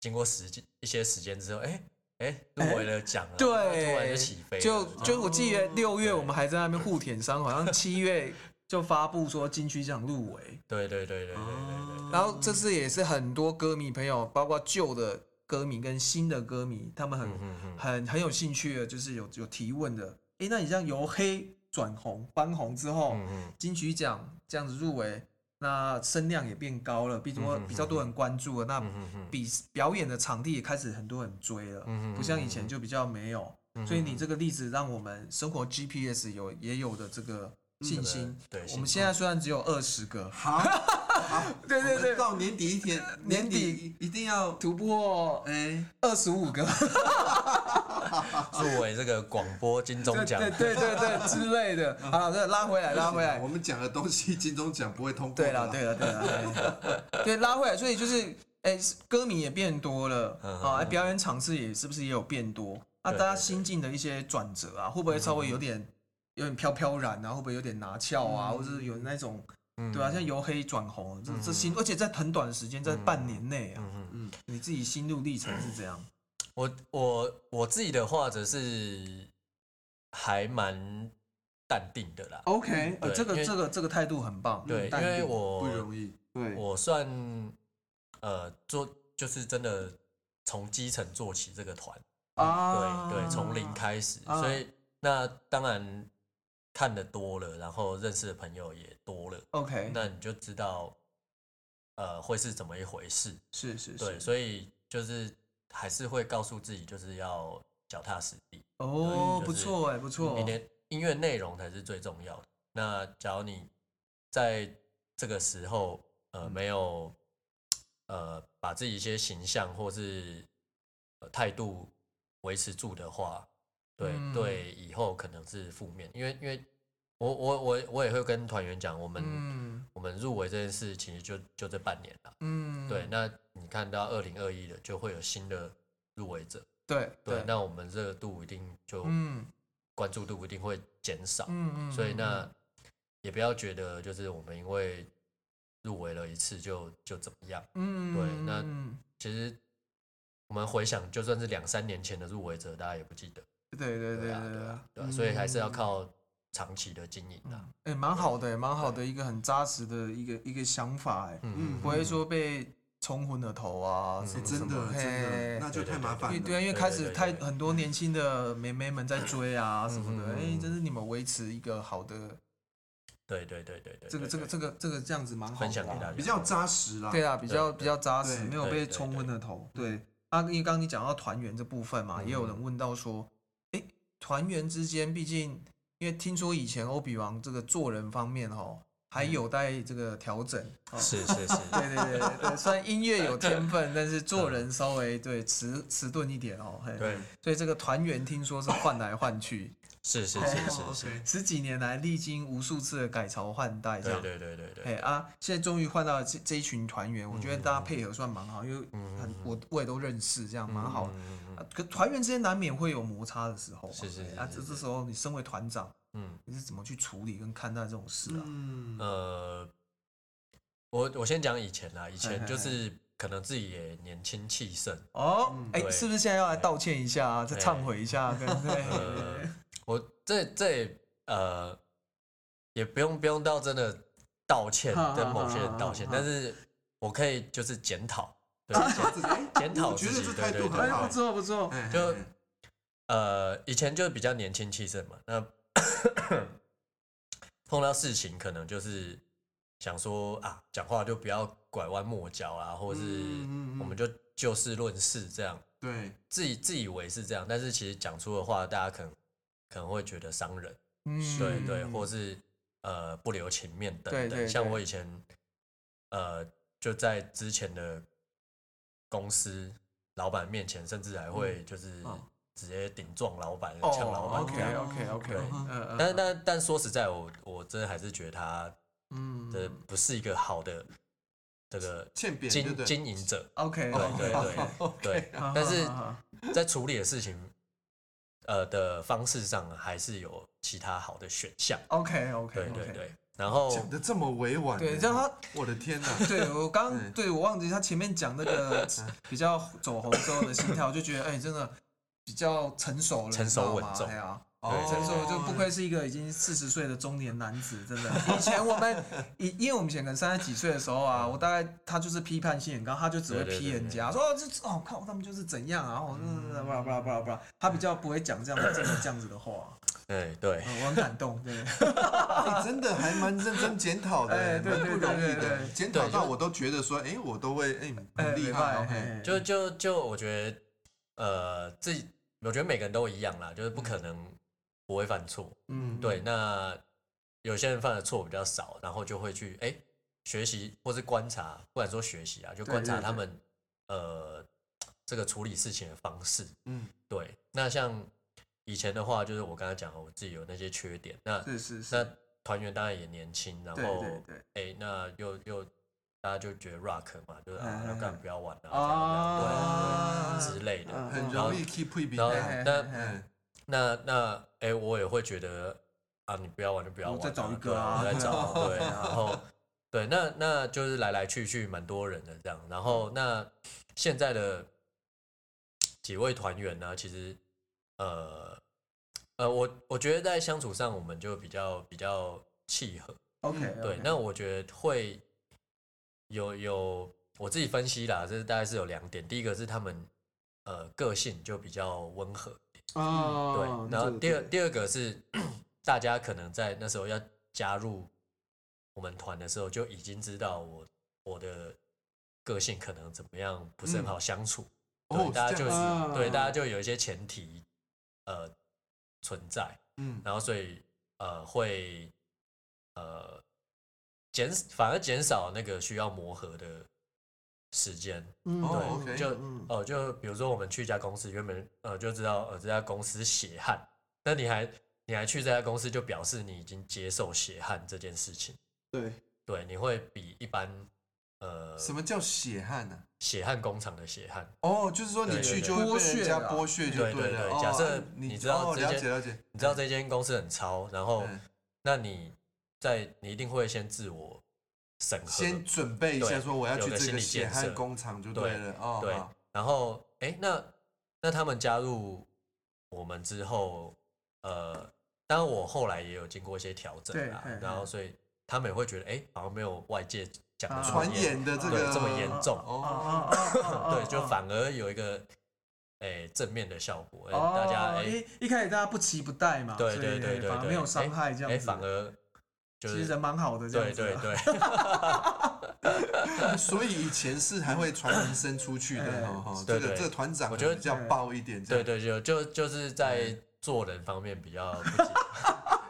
S3: 经过时间一些时间之后，哎哎入围了奖了，
S1: 对
S3: 突然就起飞了，
S1: 就
S3: 这样
S1: 就我记得六月
S3: 嗯对
S1: 我们还在那边互舔伤，好像七月就发布说金曲奖入围，
S3: 对对对对对对对
S1: 然后这次也是很多歌迷朋友，包括旧的歌迷跟新的歌迷，他们很
S3: 嗯嗯嗯
S1: 很很有兴趣的，就是有有提问的。诶，那你这样由黑转红翻红之后，
S3: 嗯嗯，
S1: 金曲奖这样子入围，那声量也变高了，比多
S3: 嗯哼
S1: 比较多人关注了，那
S3: 嗯嗯嗯
S1: 比表演的场地也开始很多人追了
S3: 嗯哼，
S1: 不像以前就比较没有。
S3: 嗯
S1: 所以你这个例子让我们生活 GPS 有也有的这个信心。
S3: 嗯对，
S1: 我们
S3: 信
S1: 现在虽然只有二十个，
S4: 好，好
S1: 对对
S4: 我们
S1: 对
S4: 到年底一天，
S1: 年
S4: 年
S1: 底
S4: 底一定要
S1: 突破
S4: 哎，
S1: 二十五 个，
S3: 入围这个广播金钟
S1: 对
S3: 奖，
S1: 对对对对之类的。
S3: 嗯
S1: 好了，这拉回来，拉回来
S4: 我。们讲的东西金钟奖不会通过
S1: 对
S4: 的
S1: 了，
S4: 啦。
S1: 对了，对了， 对对拉回来，所以就是，哎、歌迷也变多了
S3: 嗯
S1: 啊，
S3: 嗯
S1: 哎
S3: 嗯
S1: 表演场次也是不是也有变多？那、
S3: 对
S1: 大家
S3: 对对
S1: 心境的一些转折啊，会不会稍微有点有点飘飘然啊？会不会有点拿翘啊？或者是有那种
S3: 嗯
S1: 对啊，像由黑转红，这这心，而且在很短的时间，在半年内啊，
S3: 嗯嗯，
S1: 你自己心路历程是怎样？
S3: 我我我自己的话则是还蛮淡定的啦，
S1: OK，呃，
S3: 对
S1: 这个
S3: 因为
S1: 这个这个态度很棒，嗯
S3: 对，因
S1: 淡定
S3: 为我
S4: 不容易。
S1: 对
S3: 我算呃做就是真的从基层做起这个团，
S1: 啊，
S3: 对对，从零开始，
S1: 啊
S3: 所以那当然看的多了，然后认识的朋友也多了，
S1: ，OK，
S3: 那你就知道呃会是怎么一回事，
S1: 是是
S3: 对，
S1: 是，
S3: 所以就是还是会告诉自己就是要脚踏实地，
S1: 哦，
S3: 对
S1: 不
S3: 就是
S1: 错哎，不错
S3: 你，的音乐内容才是最重要的。那假如你在这个时候
S1: 嗯
S3: 呃没有呃把自己一些形象或是呃态度维持住的话，对、
S1: 嗯
S3: 对，以后可能是负面，因为因为我我我我也会跟团员讲，我们、
S1: 嗯。
S3: 我们入围这件事其实就就这半年了，
S1: 嗯，
S3: 对，那你看到二零二一的就会有新的入围者，
S1: 对
S3: 对，那我们热度一定就、
S1: 嗯
S3: 关注度一定会减少，
S1: 嗯嗯，
S3: 所以那
S1: 嗯
S3: 也不要觉得就是我们因为入围了一次就就怎么样。
S1: 嗯
S3: 对
S1: 嗯
S3: 那
S1: 嗯
S3: 其实我们回想，就算是两三年前的入围者，大家也不记得。
S1: 对对
S3: 对
S1: 对
S3: 啊，
S1: 对
S3: 对啊，对啊，
S1: 嗯
S3: 所以还是要靠长期的经营啊。
S1: 哎，蛮好的，蛮好的一个很扎实的一个一个想法，哎，
S3: 嗯
S4: 嗯
S1: 不会说被冲昏了头啊，什
S4: 哎
S1: 么
S4: 真
S1: 什
S4: 的
S1: 么
S4: 真的，
S1: 嘿
S4: 那就太麻
S1: 因
S4: 烦
S1: 为对啊，
S4: 了。
S1: 因为
S3: 对
S1: 开
S3: 对
S1: 始
S3: 对
S1: 太
S3: 对
S1: 很多年轻的妹妹们在追啊什么的，
S3: 嗯嗯嗯
S1: 哎，
S3: 嗯
S1: 这是你们维持一个好的
S3: 对对对对对，
S1: 这个
S3: 对
S1: 这个
S3: 对
S1: 这个这个这样子蛮好
S3: 分享
S1: 的
S3: 给大
S1: 啊
S3: 家，
S4: 比较扎实啦。
S1: 对啊，比较
S3: 对
S1: 比较扎实，
S4: 对
S1: 没有
S3: 对
S1: 被
S3: 对
S1: 冲昏
S3: 对
S1: 了头。对，啊，因为刚刚你讲到团员这部分嘛，也有
S3: 嗯
S1: 人问到说，诶，团员之间，毕竟因为听说以前欧比王这个做人方面哦，还
S3: 嗯
S1: 有待这个调整。 哦
S3: 是是 是，
S1: 对对 对
S4: 哦
S1: 对对，虽然音乐有天 分，但是做人稍微对迟迟钝一点哦。嘿，
S3: 嗯对
S1: 所以这个团员听说是换来换去，
S3: 是是
S4: 哦
S1: 哎
S3: 是是是，
S4: OK
S1: 十几年来历经无数次的改朝换代，这样
S3: 对。对对对
S1: 哎
S3: 对，嗯
S1: 啊，现在终于换到这这一群团员，我觉得大家配合算蛮好，因为很我我也都认识，这样蛮好的。啊
S3: 嗯
S1: 可团员之间难免会有摩擦的时候嘛，
S3: 是是
S1: 对
S3: 是
S1: 啊，
S3: 是
S1: 这
S3: 是
S1: 这时候你身为团长，
S3: 嗯
S1: 你是怎么去处理跟看待这种事啊？
S4: 嗯，
S3: 呃，我我先讲以前啦，以前就
S1: 嘿嘿
S3: 是可能自己也年轻气盛，
S1: 哦，哎、
S3: 嗯对
S1: 是不是现在要来道歉一下啊？再
S3: 对
S1: 忏悔一下，对不对？
S3: 呃，我这这也呃，也不用不用到真的道歉，
S1: 哈哈
S3: 跟某些人道歉，
S1: 哈啊哈
S3: 但是我可以就是检讨，对，
S4: 自己哎
S3: 检讨
S4: 我觉得
S3: 自己，
S4: 这
S3: 对
S4: 态
S3: 对
S4: 度
S1: 哎
S4: 很
S3: 对。
S1: 不
S4: 好。
S1: 错不错，
S4: 哎
S3: 就
S4: 哎
S3: 呃，以前就比较年轻气盛嘛，那 碰到事情可能就是想说啊，讲话就不要拐弯抹角啊，或是
S4: 嗯嗯嗯
S3: 我们就就事论事这样，
S4: 对，
S3: 自己自以为是这样，但是其实讲出的话，大家可能可能会觉得伤人。
S1: 嗯，
S3: 对对，或是呃不留情面等
S1: 对
S3: 等。
S1: 对
S3: 像
S1: 对
S3: 我以前呃就在之前的公司老板面前，甚至还会就是
S1: 哦
S3: 直接顶撞老板、
S1: 哦
S3: 呛老板这
S1: ，OK
S3: 样。
S1: OK OK，
S3: 对
S1: 嗯嗯，
S3: 但但但说实在，我我真的还是觉得他
S1: 嗯
S3: 的不是一个好的这个
S4: 欠扁对不
S3: 经
S4: 对？
S3: 经营者，
S1: ，OK，哦啊
S3: 对对对对。但是在处理的事情，呃的方式上还是有其他好的选项。
S1: OK OK
S3: 对对
S1: OK，
S3: 对，然后
S4: 讲的这么委婉，
S1: 对让他
S4: 我的天 哪！
S1: 对我刚
S4: 嗯
S1: 对我忘记他前面讲那个比较走红之后的心态，我就觉得哎、真的比较成熟了，
S3: 成熟
S1: 你知道
S3: 稳
S1: 吗
S3: 重
S1: 哎呀。
S4: 哦
S1: 成熟就不愧是一个已经四十岁的中年男子，真的。以前我们以因为我们以前可能三十几岁的时候啊，我大概他就是批判性很高，他就只会
S3: 对对
S1: 批
S3: 对
S1: 人
S3: 对嗯
S1: 家说哦这哦靠他们就是怎样啊，哦那不啦不啦不啦不啦，他比较不会讲这样这么这样子的话，
S3: 对对
S1: 嗯，我很感动，对。
S4: 哎真的还蛮认真检讨
S1: 哎
S4: 的，
S1: 对
S4: 蛮不容易
S1: 对对
S4: 的
S1: 对。
S4: 检讨
S3: 对
S4: 到
S3: 就
S4: 我都觉得说，哎，我都会，哎，
S1: 哎
S4: 很厉害哦。嘿
S1: 哎
S3: 就就就我觉得，呃，自己我觉得每个人都一样啦，就是不可能不会犯错。
S1: 嗯
S3: 对，那有些人犯的错比较少，然后就会去哎、学习或是观察，不敢说学习啊，就
S1: 对
S3: 观察
S1: 对
S3: 他
S1: 对
S3: 们呃这个处理事情的方式。
S4: 嗯，
S3: 对，那像以前的话，就是我刚才讲了，我自己有那些缺点，那
S1: 是是是，
S3: 那团员当然也年轻，然
S1: 对
S3: 后
S1: 对对，
S3: 哎、那又又大家就觉得 rock 嘛，就是啊，
S1: 嗯
S3: 要
S1: 嗯
S3: 干
S1: 嗯
S3: 不要玩啊，
S1: 啊
S3: 这样这样对对之类的。
S1: 嗯
S4: 很容易 keep 会比
S3: 然后哎
S1: 嘿嘿嘿
S3: 那
S1: 嘿
S4: 嗯，
S3: 那那哎、我也会觉得啊，你不要玩就不要玩、啊，
S1: 我再找一个
S3: 对
S1: 啊
S3: 我再找，对，
S1: 对啊
S3: 然后对，那那就是来来去去蛮多人的这样，然后那现在的几位团员呢，其实呃呃，我我觉得在相处上我们就比较比较契合，
S1: OK，
S3: 嗯对，那我觉得会有有我自己分析啦，这大概是有两点，第一个是他们呃个性就比较温和，
S1: 哦
S3: 对，然后第二第二个是大家可能在那时候要加入我们团的时候，就已经知道我我的个性可能怎么样，不是很好相处。
S4: 嗯
S3: 对，
S4: 哦
S3: 大
S4: 是
S3: 家就
S4: 这
S3: 是、
S4: 样
S1: 子
S3: 对
S1: 嗯
S3: 大家就有一些前提呃存在，
S4: 嗯，
S3: 然后所以呃会呃减反而减少那个需要磨合的时间。
S1: 嗯
S4: 哦
S3: 对
S4: OK
S3: 就
S1: 嗯
S3: 哦、就比如说我们去一家公司，原本呃就知道呃这家公司血汗，那你还你还去这家公司，就表示你已经接受血汗这件事情。
S1: 对
S3: 对，你会比一般呃
S4: 什么叫血汗呢？
S3: 血汗工厂的血汗，
S4: 哦，就是说你
S3: 对对
S4: 去
S3: 对
S4: 就会
S1: 剥
S4: 被人
S1: 削
S4: 家
S1: 啦
S4: 剥削就
S3: 对对
S4: 了。
S3: 对
S4: 哦
S3: 假设
S4: 啊你
S3: 你知道
S4: 哦
S3: 这些
S4: 了解了解，
S3: 你知道这间公司很超，然后
S4: 嗯
S3: 那你在你一定会先自我审核，
S4: 先准备一下，
S3: 对
S4: 说我要
S3: 有
S4: 去
S3: 个
S4: 这
S3: 心
S4: 个
S3: 理
S4: 血
S3: 建
S4: 汗
S3: 设
S4: 工厂就
S3: 对
S4: 了。哦，
S3: 对
S4: 好，
S3: 然后哎、诶那那他们加入我们之后，呃，当然我后来也有经过一些调整
S1: 对
S3: 啊
S1: 嘿嘿，
S3: 然后所以他们也会觉得，哎、好像没有外界讲的
S1: 啊
S3: 这么
S4: 传
S3: 严
S4: 言的这个
S3: 对这么严重
S1: 哦
S4: 哦，
S1: 哦哦，
S3: 对，就反而有一个哎、诶正面的效果，
S1: 哦
S3: 诶大家哎、诶
S1: 啊一一开始大家不期不待嘛，
S3: 对
S1: 所
S3: 对
S1: 以
S3: 对对
S1: 反而
S3: 对，
S1: 没有伤害
S3: 诶
S1: 这样子，
S3: 诶反而就
S1: 其实
S3: 是
S1: 人蛮好的这
S3: 对
S1: 样子，啊
S3: 对对，
S4: 所以以前是还会传人声出去的，
S1: 哎
S4: 哦，哦这
S3: 对
S4: 个
S3: 对
S4: 这个团长
S3: 我觉得
S4: 比较爆一点，这
S3: 对
S4: 样
S3: 对，就就就是
S1: 嗯
S3: 在做人方面比较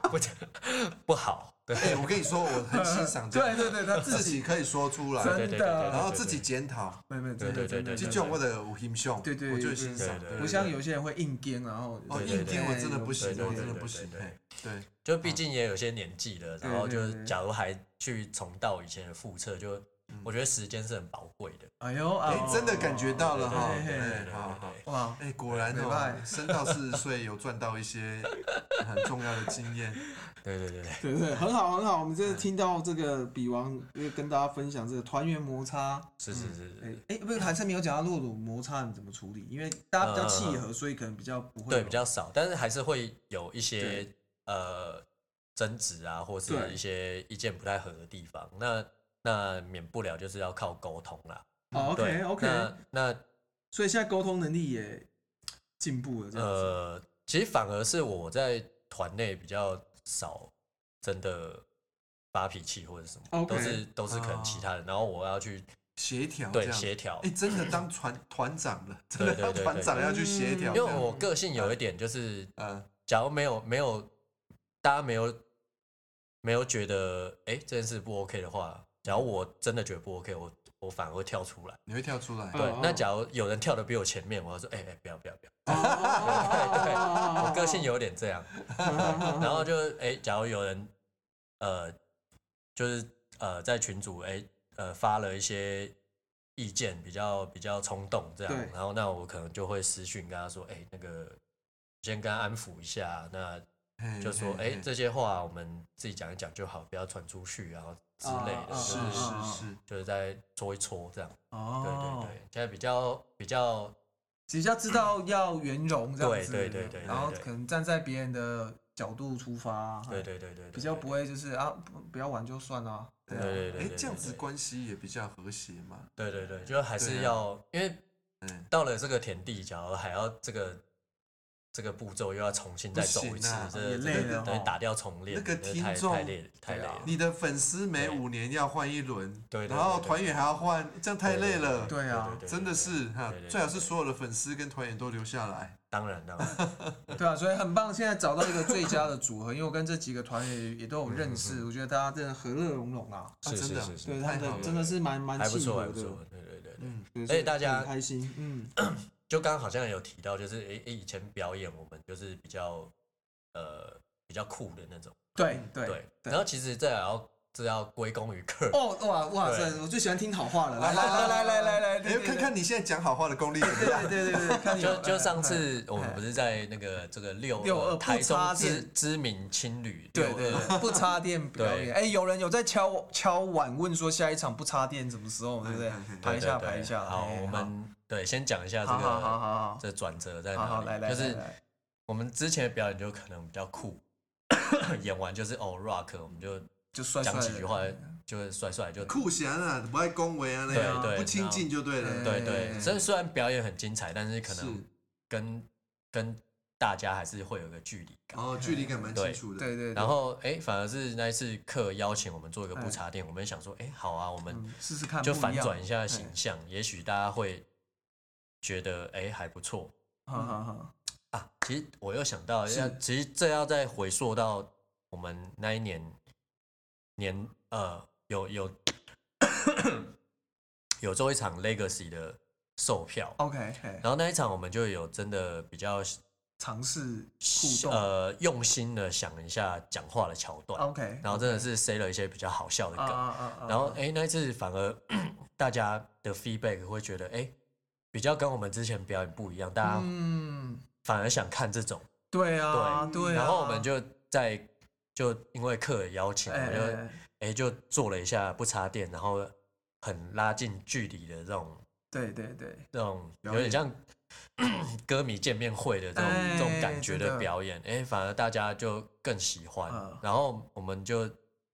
S3: 不及不不好， 对
S4: 哎，我跟你说，我很欣赏这
S1: 对
S4: 样，
S1: 对对，他自
S4: 自
S1: 己
S4: 己可以说出来，
S1: 真啊
S3: 对对对对对，
S4: 然后
S3: 对
S4: 自己
S3: 对
S4: 检讨，
S1: 没有没有，真的
S3: 对对
S1: 真的
S3: 对
S4: 这
S1: 真的
S3: 对
S4: 种我的有欣赏，
S1: 对对
S4: 我就
S1: 对
S4: 欣赏，
S3: 对
S4: 对
S3: 对
S1: 不
S4: 对
S1: 像有些人会硬颠，然后
S4: 哦，
S3: 对
S4: 硬颠我真的不行
S3: 对，对
S4: 我
S3: 对
S4: 真的
S3: 对
S4: 不
S3: 对
S4: 行，
S3: 对
S4: 嘿，
S1: 哦
S4: 对，
S3: 就毕竟也有些年纪了，
S1: 对
S3: 然后就
S1: 对对嗯
S3: 是假如还去重蹈以前的覆辙，就我觉得时间是很宝贵的。
S1: 哎呦，
S4: 哎，真的感觉到了哈，
S1: 对对对
S4: 哎
S3: 对
S4: 好
S3: 对
S4: 好
S3: 对。
S1: 哇，
S4: 哎，果然
S1: 没
S4: 哦
S1: 办，法
S4: 升到四十岁有赚到一些呃很重要的经验。
S3: 对对对对，
S1: 对对，很好很好，我们这听到这个比王，跟大家分享这个团员摩擦，
S3: 是是是是，
S1: 哎、哎，不是韩生没有讲到露乳摩擦你怎么处理，因为大家比较契合，所以可能比较不会有
S3: 对比较少，但是还是会有一些
S1: 对
S3: 呃争执啊，或是
S1: 对
S3: 一些意见不太合的地方。那那免不了就是要靠沟通啦。
S1: 哦
S3: 对
S1: ，OK OK，
S3: 那那
S1: 所以现在沟通能力也进步了，这样子。
S3: 呃，其实反而是我在团内比较少真的发脾气或者什么，
S1: OK 啊哦
S3: 都是都是可能其他人，然后我要去
S4: 协调这
S3: 对
S4: 样。
S3: 协调
S4: 哎、。真的当团团长了，真的
S3: 对
S4: 当
S3: 对对
S4: 团长
S3: 对
S4: 要去协调
S3: 因
S4: 这
S3: 为
S4: 样。
S3: 我个性有一点就是，
S1: 嗯
S4: 呃，
S3: 假如没有没有大家没有没有觉得哎、诶这件事不 OK 的话，假如我真的觉得不 OK，我我反而会跳出来。
S4: 你会跳出来。
S3: 对
S1: 哦，
S3: 那假如有人跳的比我前面，我要说哎哎、诶不要不要不
S4: 呃
S3: 要，
S1: 我哦
S3: 我个性有点这样。然后就哎、假如有人呃，就是呃，在群组哎、呃发了一些意见比较比较冲动这样
S1: 对，
S3: 然后那我可能就会私讯跟他说，哎、那个先跟他安抚一下，那
S4: 嘿
S3: 就说，
S4: 嘿
S3: 哎、
S4: 嘿
S3: 这些话我们自己讲一讲就好，不要传出去，然后之类的，
S1: 啊
S3: 就是
S1: 啊啊啊
S4: 是是，
S3: 就是在搓一搓这样。 对
S1: 哦，
S3: 对对，现在比较比较
S1: 只要知道要圆融这样
S3: 对
S1: 子，
S3: 对对对，
S1: 然后
S3: 对
S1: 可能站在别人的角度出发，
S3: 对对对对对，
S1: 比较不
S3: 会，
S1: 会就是啊不不要玩就算了、啊，
S3: 对对对对
S4: 哎
S3: 对，，
S4: 这样子
S3: 对
S4: 关系也比较和谐嘛。
S3: 对对对，就还
S4: 对
S3: 是
S4: 啊
S3: 要，因为
S4: 嗯，
S3: 到了这个田地，假如还要这个这个步骤又要重新再走一
S4: 不
S3: 次
S4: 行啊，
S3: 这
S1: 也
S3: 这
S1: 累
S3: 个
S1: 了
S3: 等于
S1: 哦
S3: 打掉重练，
S4: 那个
S3: 真的太
S4: 听众
S3: 太累了，太累
S1: 对啊
S3: 了。
S4: 你的粉丝每
S3: 对
S4: 五年要换一轮，
S3: 对对
S4: 然后
S3: 对对
S4: 团员还要换，这样太累了。
S1: 对啊
S3: 对
S4: 真的是哈
S3: 对对，对
S4: 最好是
S3: 对
S4: 所有的粉丝跟团员都留下来。
S3: 当然当然，
S1: 对啊，所以很棒，现在找到一个最佳的组合，因为我跟这几个团员也都有认识，我觉得大家真的和乐融融啊，
S4: 啊
S3: 是
S4: 真
S3: 是
S4: 的
S3: 是
S1: 对
S3: 是，
S1: 他
S4: 太好
S1: 们
S4: 了
S1: 真的是蛮蛮
S3: 还不
S1: 幸
S3: 错
S1: 福
S3: 还不
S1: 的，
S3: 错，对对对对，
S4: 嗯，
S1: 对
S3: 哎
S1: 所以
S3: 大家
S1: 很开心，嗯，
S3: 就刚刚好像有提到，就是诶诶以前表演我们就是比较呃比较酷的那种，
S1: 对对
S3: 对，然后其实这也要这要归功于客人，
S1: 哦哇哇
S3: 对
S1: 塞，我最喜欢听好话了，来
S4: 来
S1: 来来
S4: 来来
S1: 来
S4: 来
S1: 来
S4: 来
S1: 来
S4: 来，
S1: 来，
S4: 哎
S1: 对
S4: 看，看你现在讲好话的功力怎么 样？
S1: 对对对对对，看你有
S3: 就就上次我
S1: 哎
S3: 们不是在那个这个六
S1: 六二不
S3: 二台中
S1: 插
S3: 知
S1: 电
S3: 知名青旅
S1: 对
S3: 六
S1: 对
S3: 二
S1: 对，不插电表
S3: 对
S1: 演。哎，有人有在敲敲碗问说下一场不插电什么时候，对不对
S4: 嗯嗯嗯？
S1: 排一下
S3: 对对对
S1: 排一下。
S3: 好，
S1: 哎
S3: 我们对先讲一下这
S1: 好好好
S3: 个
S1: 好好
S3: 这转折在
S1: 好好
S3: 哪
S1: 来
S3: 里，
S1: 来，
S3: 就是
S1: 来来
S3: 我们之前的表演就可能比较酷， 演完就是哦 rock，我们就
S1: 就帅帅
S3: 讲
S1: 的
S3: 几句话，就是帅帅就
S4: 酷闲啊，不爱恭维啊，那样
S3: 对对
S4: 不亲近就对了。
S1: 然后
S3: 对
S1: 哎
S3: 对。虽然虽然表演很精彩，但是可
S4: 是
S3: 能跟跟大家还是会有一个距离感。
S4: 哦，距离感蛮清楚的。
S1: 对对，对
S3: 然后哎，反而是那一次课邀请我们做一个
S1: 哎
S3: 不插电，我们想说哎好啊，我们
S1: 嗯试试看，
S3: 就
S1: 不一
S3: 反
S1: 样哎
S3: 转一下形象，也许大家会觉得哎还不错，
S1: 好好好，
S3: 啊，其实我又想到，
S1: 是
S3: 要其实这要再回溯到我们那一年年呃，有有 有做一场 Legacy 的售票，
S1: OK，嘿
S3: 然后那一场我们就有真的比较
S1: 尝试互动
S3: 呃用心的想一下讲话的桥段，
S1: ，OK，
S3: 然后真的是塞了一些比较好笑的
S1: 啊
S3: 梗，
S1: 啊啊，
S3: 然后哎、诶那一次反而 大家的 feedback 会觉得哎、诶比较跟我们之前表演不一样，大家
S1: 嗯，
S3: 反而想看这种。
S1: 对啊，
S4: 对
S1: 对啊，
S3: 然后我们就在就因为客人邀请，我
S1: 哎
S3: 们就
S1: 哎
S3: 哎、
S1: 哎
S3: 就做了一下不插电，然后很拉近距离的这种
S1: 对对对，
S3: 这种
S4: 表
S3: 有
S4: 演
S3: 点像 歌迷见面会的这种、
S1: 哎
S3: 这种感觉
S1: 真
S3: 的
S1: 的
S3: 表演，哎、反而大家就更喜欢。
S1: 嗯
S3: 然后我们就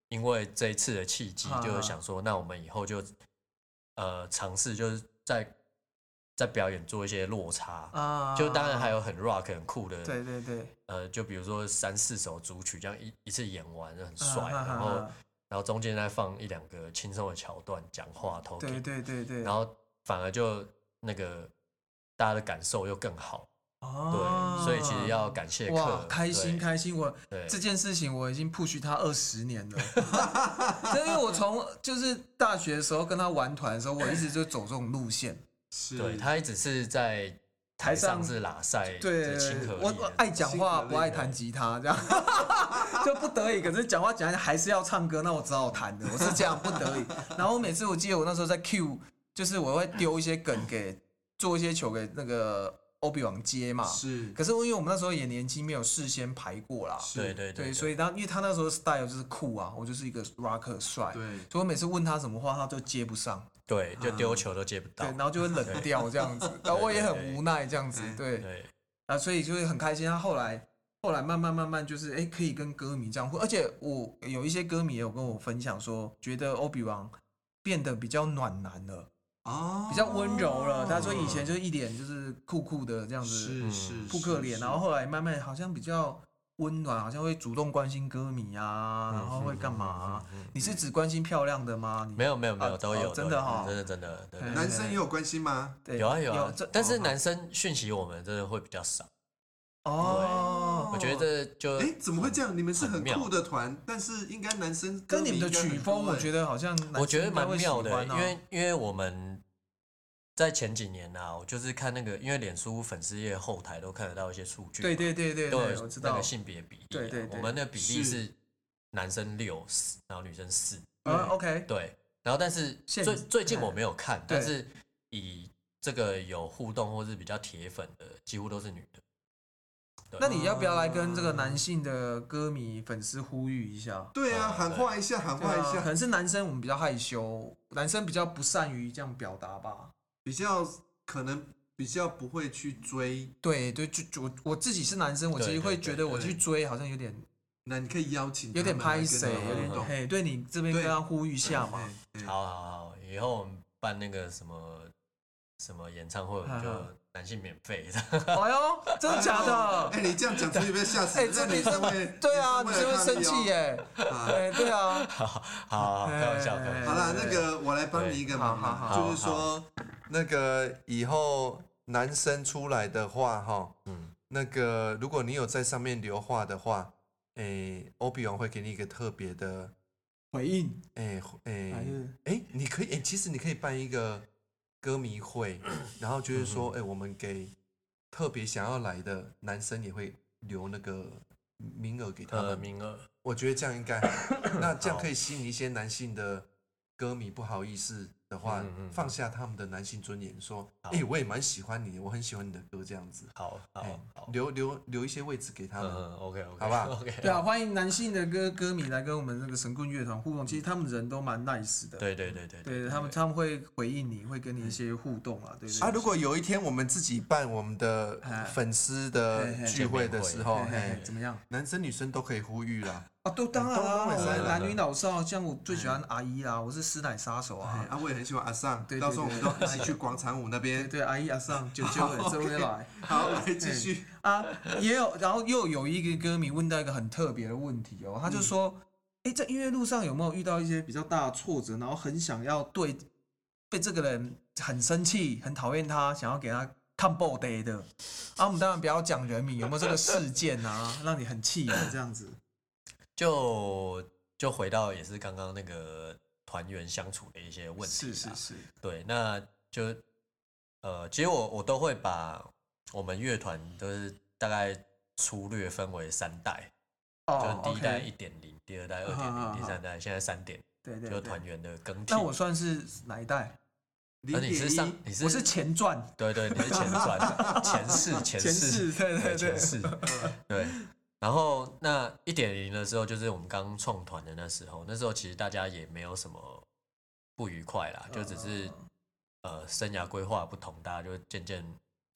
S3: 因为这一次的契机
S1: 嗯，
S3: 就
S1: 嗯
S3: 想说，那我们以后就呃尝试就是在在表演做一些落差。
S1: 啊，
S3: 就当然还有很 rock 很酷的
S1: 对对对，
S3: 呃，就比如说三四首主曲这样一一次演完很
S1: 啊
S3: 帅，
S1: 啊
S3: 然
S1: 啊
S3: 后
S1: 啊
S3: 然后中间再放一两个轻松的桥段，讲话投
S1: 对
S3: 屏，
S1: 对对对，
S3: 然后反而就那个大家的感受又更好，对，
S1: 哦，
S3: 所以其实要感谢
S1: 哇
S3: 客，，
S1: 开心
S3: 对
S1: 开心！我
S3: 对
S1: 这件事情我已经 push 他二十年了， 因为我从就是大学的时候跟他玩团的时候，我一直就走这种路线。
S4: 是
S3: 对他一直是在
S1: 台
S3: 台
S1: 上
S3: 上是拉塞
S1: 对
S3: 的亲和，
S1: 我
S3: 力
S1: 我
S3: 的，
S1: 爱讲话不爱弹吉他，这样 就不得已。可是讲话讲一讲还是要唱歌，那我只好弹的，我是这样不得已。然后我每次我记得我那时候在 Q，就是我会丢一些梗给做一些球给那个欧比王接嘛。
S4: 是
S1: 可是因为我们那时候也年轻，没有事先排过啦，
S4: 是
S3: 对对
S1: 对，所
S3: 以
S1: 以他因为他那时候 style 就是酷啊，我就是一个 rocker 帅，
S4: 对
S1: 所以我每次问他什么话，他都接不上，
S3: 对就丢球都接不
S1: 嗯对
S3: 到，，
S1: 然后就会冷掉这样子，然后我也很无奈这样子，对，
S3: 对
S1: 啊，所以就会很开心。他后来后来慢慢慢慢就是哎、诶可以跟歌迷这样互，而且我有一些歌迷也有跟我分享说，觉得欧比王变得比较暖男了，
S4: 哦，
S1: 比较温柔了。他说以前就一脸就是酷酷的这样子，
S4: 哦是
S3: 嗯
S4: 是
S1: 酷克脸，
S4: 是
S1: 然后后来慢慢好像比较。温暖好像会主动关心歌迷啊，
S3: 嗯
S1: 然后会干嘛啊、你是只关心漂亮的吗？你
S3: 没有没有没
S1: 啊
S3: 有都
S1: 哦
S3: 有
S1: 真的哈
S3: 真的真的对。
S1: 哎
S4: 男生也有关心吗？
S1: 对
S3: 有啊有啊
S1: 这，
S3: 但是男生讯息我们真的会比较少，
S1: 哦，
S3: 我觉得就
S4: 哎，怎么会这样？你们是很
S3: 很妙
S4: 酷的团，但是应该男生
S1: 跟你们的曲风，我觉
S4: 得
S1: 得好像
S3: 我觉得蛮妙的、欸
S1: 男生应该会喜欢啊
S3: 因为因为我们在前几年啊，我就是看那个，因为脸书粉丝页后台都看得到一些数据嘛，
S1: 对对对对
S3: 都
S1: 对，
S3: 有
S1: 我知
S3: 那
S1: 道
S3: 个，性别比例啊、
S1: 对对对
S3: 我们的比
S4: 是
S3: 例是男生六四，然后女生四，
S1: 嗯，OK，
S3: 对，然后但是
S1: 现
S3: 最最近我没有看，但
S1: 对
S3: 是以这个有互动或是比较铁粉的，几乎都是女的，对
S1: 那你要不要来跟这个男性的歌迷粉丝呼吁一下？
S4: 对啊，
S3: 啊
S4: 喊话一下，喊
S1: 哦对
S4: 话一
S1: 啊，可
S4: 下，
S1: 能是男生我们比较害羞，男生比较不善于这样表达吧。
S4: 比较可能比较不会去追。
S1: 对对，就就我我自己是男生，我
S3: 对
S1: 其实
S3: 对
S1: 会
S3: 对
S1: 觉得我
S4: 对
S1: 去追好像有点
S4: 那你可以邀请他
S1: 有点
S4: 们来
S1: 拍
S4: 跟
S1: 谁，
S4: 你
S1: 有点
S4: 互动
S1: 嘿，对你这边跟
S4: 对
S1: 他呼吁一下嘛。
S4: 对对
S3: 好好好，以后我们办那个什么什么演唱会，我们就男性免费的。
S1: 哎呦，真的假的？
S4: 哎，你这样讲出去被吓死。
S1: 哎，这
S4: 那
S1: 女
S4: 女
S1: 生
S4: 生会
S1: 对啊，女
S4: 女
S1: 生会
S4: 看
S1: 生
S4: 你哦
S1: 气。耶。
S4: 啊
S1: 哎，对啊，
S3: 好好好，开玩笑，开玩笑。
S4: 好啦，
S1: 对
S4: 那个我来帮你一个
S2: 啊
S4: 忙
S1: 好好
S4: 啦，
S3: 好
S4: 就是说，
S2: 那个以后男生出来的话，哈，
S3: 嗯，
S2: 那个如果你有在上面留话的话，诶、欧比王会给你一个特别的，
S1: 回应
S2: 诶、诶，
S1: 还是
S2: 诶、你可以，诶、其实你可以办一个歌迷 会，然后就是说，
S1: 嗯
S2: 诶、我们给特别想要来的男生也会留那个名额给他
S3: 呃，
S2: 们，
S3: 名额
S2: 我觉得这样应该 好，那这样可以吸引一些男性的歌迷不好意思的话，
S3: 嗯嗯嗯
S2: 放下他们的男性尊严，说：“
S3: 好
S2: 哎、我也蛮喜欢你，我很喜欢你的歌。”这样子，
S3: 好好
S2: 哎
S3: 好，
S2: 留留留一些位置给他
S3: 嗯
S2: 们。
S3: 嗯，OK OK，
S2: 好 吧
S3: ，OK，
S1: 对啊，欢迎男性的歌歌迷来跟我们那个神棍乐团互动，其实他们人都蛮 nice 的。
S3: 对对对对
S1: 对他们，他们会回应你，会跟你一些互动啊，对不对？
S2: 啊，如果有一天我们自己办我们的
S1: 哎
S2: 粉丝的
S1: 嘿嘿
S2: 聚会的时候，
S4: 哦
S1: 嘿嘿
S2: 嘿
S1: 嘿怎么样
S2: 男生女生都可以呼吁啦。
S1: 啊？都当然啦，
S2: 都
S1: 我
S2: 都
S1: 们
S3: 是
S1: 男女老少，像我最喜欢阿姨啊啦，我是师奶杀手
S4: 哎
S1: 啊，
S4: 啊，我也很喜欢阿尚
S1: 对对，
S4: 到时候我们
S1: 对
S4: 都一起去广场舞那
S1: 对
S4: 边。
S1: 哎对，阿姨阿上九九尾这回 来
S4: 好，来继续。
S1: 啊，也有，然后又有一个歌迷问到一个很特别的问题哦，他就
S3: 嗯
S1: 说，哎，在音乐路上有没有遇到一些比较大的挫折，然后很想要对被这个人很生气，很讨厌他，想要给他。看 b o day 的，啊，我们当然不要讲人名，有没有这个事件啊，让你很气的这 样子？
S3: 就就回到也是刚刚那个团员相处的一些问题
S1: 是
S3: 啦。
S1: 是是，
S3: 对，那就呃，其实我我都会把我们乐团都是大概粗略分为三代，
S1: 哦
S3: 就是第一代
S1: OK
S3: 一点零，第二代二
S1: 好
S3: 点
S1: 好
S3: 零，第
S1: 好
S3: 三代现在三点，
S1: 对对
S3: 就是
S1: 对，
S3: 团员的更替。
S1: 那我算是哪一代？
S4: 零
S3: 而你是
S4: 点
S3: 上
S4: 一，
S3: 你是
S1: 我是前传，
S3: 对对，你是前传前世前
S1: 前世
S3: 世
S1: 对对对
S3: 前世 对。然后那一点零的时候，就是我们刚创团的那时候，那时候其实大家也没有什么不愉快啦，就只是
S1: 嗯
S3: 呃生涯规划不同，大家就渐渐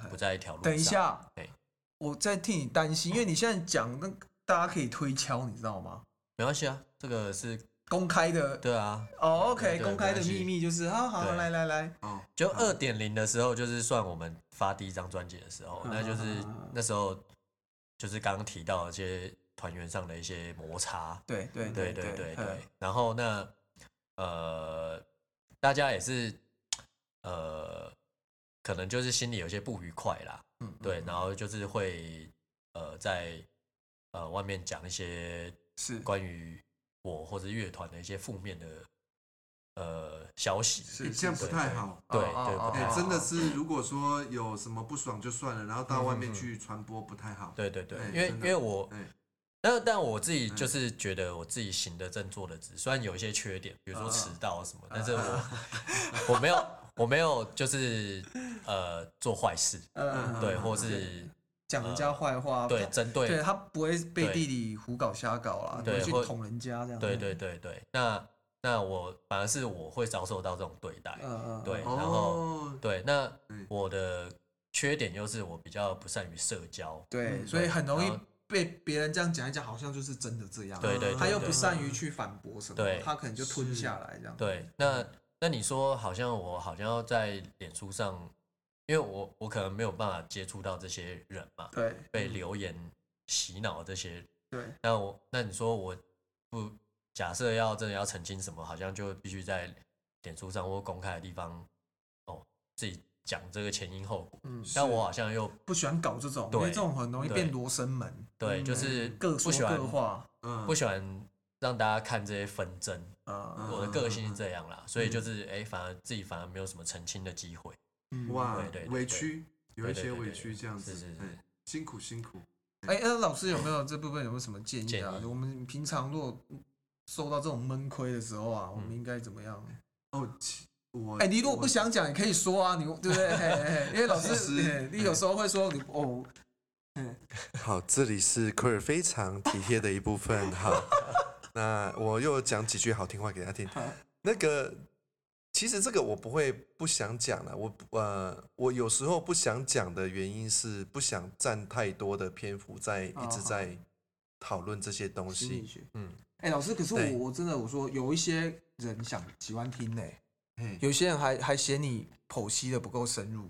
S3: 不在一条路上。
S1: 哎等一，下
S3: 对，
S1: 我在替你担心，因为你现在讲那个大家可以推敲，你知道吗？
S3: 没关系啊，这个是
S1: 公开的
S3: 对啊。
S1: 哦
S3: 对
S1: ，OK，
S3: 对
S1: 公开的
S3: 没关系
S1: 秘密就是啊，好，
S3: 对
S1: 来来来，
S4: 哦，
S3: 就二点零的时候，就是算我们发第一张专辑的时
S1: 嗯
S3: 候，那就是那时候就是刚刚提到的一些团员上的一些摩擦，
S1: 对对
S3: 对对
S1: 对
S3: 对对
S1: 嗯。
S3: 然后那呃，大家也是呃，可能就是心里有些不愉快啦，
S1: 嗯，
S3: 对，
S1: 嗯
S3: 然后就是会呃在呃外面讲一些
S1: 是
S3: 关于我或者乐团的一些负面的呃消息，
S4: 哎这样不太好。
S3: 对
S1: 哦
S3: 对
S1: 哦
S3: 不太
S4: 哎
S1: 哦，
S4: 真的是，如果说有什么不爽就算了，然后到外面去传播不太好。
S3: 对对对
S4: 哎，
S3: 因为
S4: 真
S3: 因
S4: 的
S3: 为我
S4: 哎，
S3: 但但我自己就是觉得我自己行得正坐得直，虽然有一些缺点，比如说迟到什么，但是我我没有我没有就是呃做坏事，
S1: 嗯
S3: 对，
S1: 嗯
S3: 或
S1: 对
S3: 是
S1: 讲人家坏话，
S3: 对针对
S1: 对他不会被
S3: 对
S1: 弟弟胡搞瞎搞啦，不
S3: 对
S1: 会去
S3: 或
S1: 捅人家这样，
S3: 对对对对，那那我反而是我会遭受到这种对待，
S1: 嗯，嗯嗯，
S3: 对，然后
S4: 哦，
S3: 对，那
S4: 嗯
S3: 我的缺点就是我比较不善于社交，
S1: 对，
S4: 嗯
S1: 所以很容易
S3: 然后
S1: 被别人这样讲一讲，好像就是真的这样。
S3: 对对对
S1: 啊他又
S3: 对
S1: 不善于去反驳什么，
S3: 对
S1: 他可能就吞下来这样。
S3: 对，那那你说好像我好像要在脸书上，因为我我可能没有办法接触到这些人嘛，
S1: 对嗯
S3: 被留言洗脑这些，
S1: 对
S3: 那我那你说我不假设要真的要澄清什么，好像就必须在脸书上或公开的地方哦自己讲这个前因后果，
S1: 嗯，
S3: 但我好像又
S1: 不喜欢搞这种，因
S3: 对
S1: 为这种很容易
S3: 对
S1: 变罗生门，
S3: 对，
S1: 嗯
S3: 就是
S1: 各
S3: 不
S1: 说
S3: 喜欢
S1: 各话。
S4: 嗯，
S3: 不喜欢让大家看这些纷争，
S1: 呃，
S3: 我的个性是这样
S1: 啊
S3: 啦，所以就是哎、反而自己反而没有什么澄清的机会。
S1: 嗯
S4: 哇
S3: 对对对，对
S4: 委屈，有一些
S3: 对对对
S4: 委屈这样子
S3: 是是是，
S4: 哎辛苦辛苦。
S1: 哎，那老师有没有这部分有没有什么建议啊
S3: 建？议
S1: 我们平常如果受到这种闷亏的时候啊，我们应该怎么样？
S4: 哦，其我
S1: 哎，你如果
S4: 我
S1: 不想讲，也可以说啊，你对不对？嘿嘿嘿因为老
S4: 其
S1: 师，
S4: 实
S1: 嘿你有时候会说，你哦，
S4: 好，这里是科尔非常体贴的一部 分。好，那我又讲几句好听话给他听。那个，其实这个我不会不想讲了。我呃，我有时候不想讲的原因是不想占太多的篇幅在一直
S1: 哦
S4: 在讨论这些东
S1: 心理
S4: 西。
S1: 学。
S3: 嗯，
S1: 哎、老师，可是
S4: 对
S1: 我我真的我说有一些人想喜欢听呢、
S5: 嘿，
S1: 有些人还还嫌你剖析的不够深入，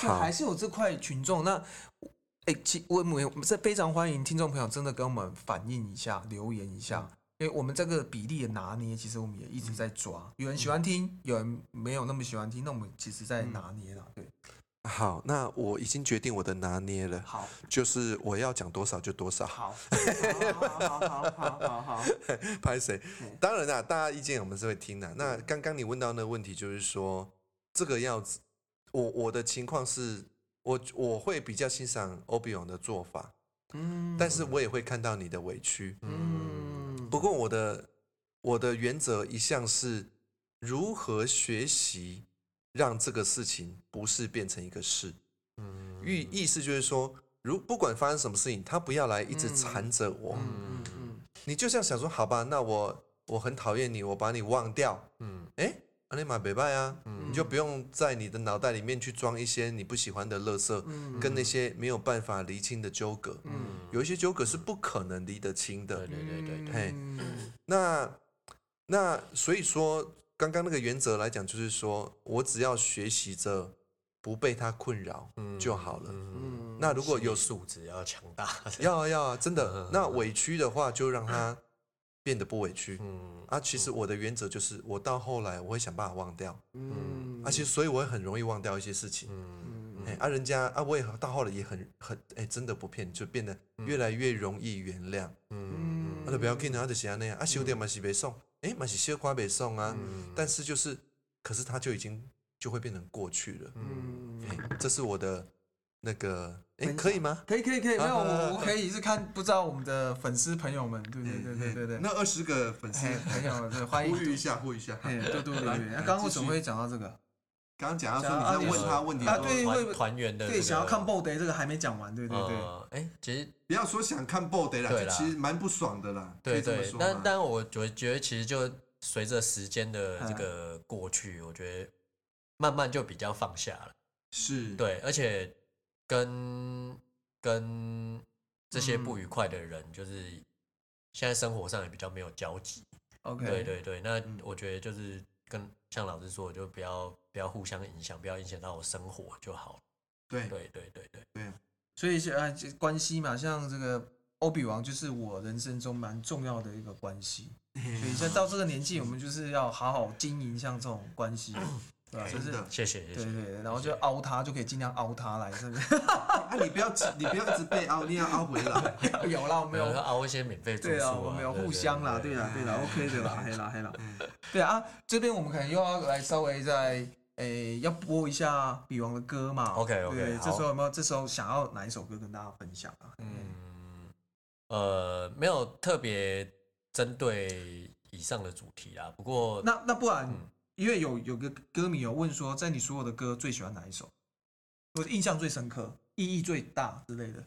S1: 就
S4: 好
S1: 还，是有这块群众。那哎、其我们这非常欢迎听众朋友真的跟我们反映一下，留言一下。因为我们这个比例的拿捏，其实我们也一直在抓。有人喜欢听，有人没有那么喜欢听，那我们其实在拿捏了。对，
S4: 好，那我已经决定我的拿捏了，
S1: 好，
S4: 就是我要讲多少就多少。
S1: 好，好，好，好，好，好，好，
S4: 拍谁？当然啦，大家意见我们是会听的。
S1: 嗯
S4: 那刚刚你问到那个问题，就是说这个要子，我我的情况是，我我会比较欣赏 o b i o n 的做法，
S1: 嗯，
S4: 但是我也会看到你的委屈。
S1: 嗯，
S4: 不过我的我的原则一向是如何学习让这个事情不是变成一个事。嗯，意意思就是说，如不管发生什么事情，他不要来一直缠着我。
S1: 嗯嗯
S4: 你就这样想说，好吧，那我我很讨厌你，我把你忘掉。
S3: 嗯
S4: 哎，阿尼玛北拜啊，
S1: 嗯
S4: 你就不用在你的脑袋里面去装一些你不喜欢的垃圾，
S1: 嗯
S4: 跟那些没有办法厘清的纠葛。
S1: 嗯，
S4: 有一些纠葛是不可能厘得清的
S3: 对。对对对对，
S4: 嘿
S1: 嗯
S4: 那那所以说，刚刚那个原则来讲，就是说我只要学习着不被它困扰就好了。
S1: 嗯
S4: 那如果有
S3: 素质要强大，
S4: 要啊要啊，真 的，那委屈的话，就让它变得不委屈。
S3: 嗯
S4: 啊，其实我的原则就是，我到后来我会想办法忘掉，
S1: 嗯
S4: 而且所以我会很容易忘掉一些事情。
S3: 嗯
S4: 哎、啊，人家啊，我也到后来也很很哎、真的不骗你，就变得越来越容易原谅。
S1: 嗯
S4: 啊，就不要紧啊，啊就是安尼啊，啊，小点嘛是袂送，哎、嘛是小可袂送啊。
S1: 嗯
S4: 但是就是，可是他就已经就会变成过去了。
S1: 嗯，
S4: 哎、这是我的那个，
S1: 分
S4: 哎、
S1: 享
S4: 可以吗？
S1: 可以可以可以，没有
S4: 啊啊啊
S1: 我我可以是看不知道我们的粉丝朋友们，对对对对对
S4: 嗯
S1: 哎对，
S5: 那二十个粉丝
S1: 嘿朋友们对欢迎
S5: 呼吁一下，呼吁一下。
S1: 嘿，对对对对，啊
S5: 来
S1: 刚刚为
S5: 继续
S1: 什么会讲到这个？
S5: 刚刚讲到说你在问他问题
S1: 啊
S5: 的时候，
S1: 对会
S3: 哦团团员的
S1: 对，想要看
S3: 爆，
S1: 爆雷这个还没讲完，对对对，
S3: 呃哎，其实
S5: 不要说想看 BOD 啦，
S3: 对
S5: 就
S3: 啦
S5: 其实蛮不爽的啦，可
S3: 对
S5: 以这么
S3: 对
S5: 说，
S3: 但
S5: 嘛。
S3: 但我觉觉得其实就随着时间的这
S1: 嗯
S3: 个过去，我觉得慢慢就比较放下了。
S5: 是，
S3: 对，而且跟跟这
S1: 嗯
S3: 些不愉快的人，就是现在生活上也比较没有交集。
S1: ，OK，
S3: 对对对，那
S5: 嗯
S3: 我觉得就是跟像老师说的，就不要不要互相影响，不要影响到我生活就好了。
S5: 对
S3: 对对对对，
S1: 所以啊，这关系嘛，像这个欧比王就是我人生中蛮重要的一个关系，所以像到这个年纪，我们就是要好好经营像这种关系，对吧？就
S5: 真
S1: 是
S5: 的。
S3: 谢谢谢
S1: 对
S3: 谢。
S1: 对对，然后就凹他，就可以尽量凹他来，是不是？
S5: 啊，你不要你不要一直被凹，你要凹回 来。
S1: 有啦，我们
S3: 没有
S1: 有
S3: 熬一些免费住
S1: 对
S3: 宿
S1: 啊，我
S3: 啊，
S1: 们有
S3: 对
S1: 互相啦，对啊啦，对啦，OK 的啦，黑啦，黑啦，对啊，啊这边我们可能又要来稍微再诶，要播一下比王的歌嘛
S3: OK，OK，
S1: 对，
S3: 好
S1: 这时候有没有这时候想要哪一首歌跟大家分享啊？嗯，
S3: 嗯，呃，没有特别针对以上的主题啦。不过，
S1: 那那不然，因为有有个歌迷有问说，在你所有的歌最喜欢哪一首？我印象最深刻、意义最大之类的。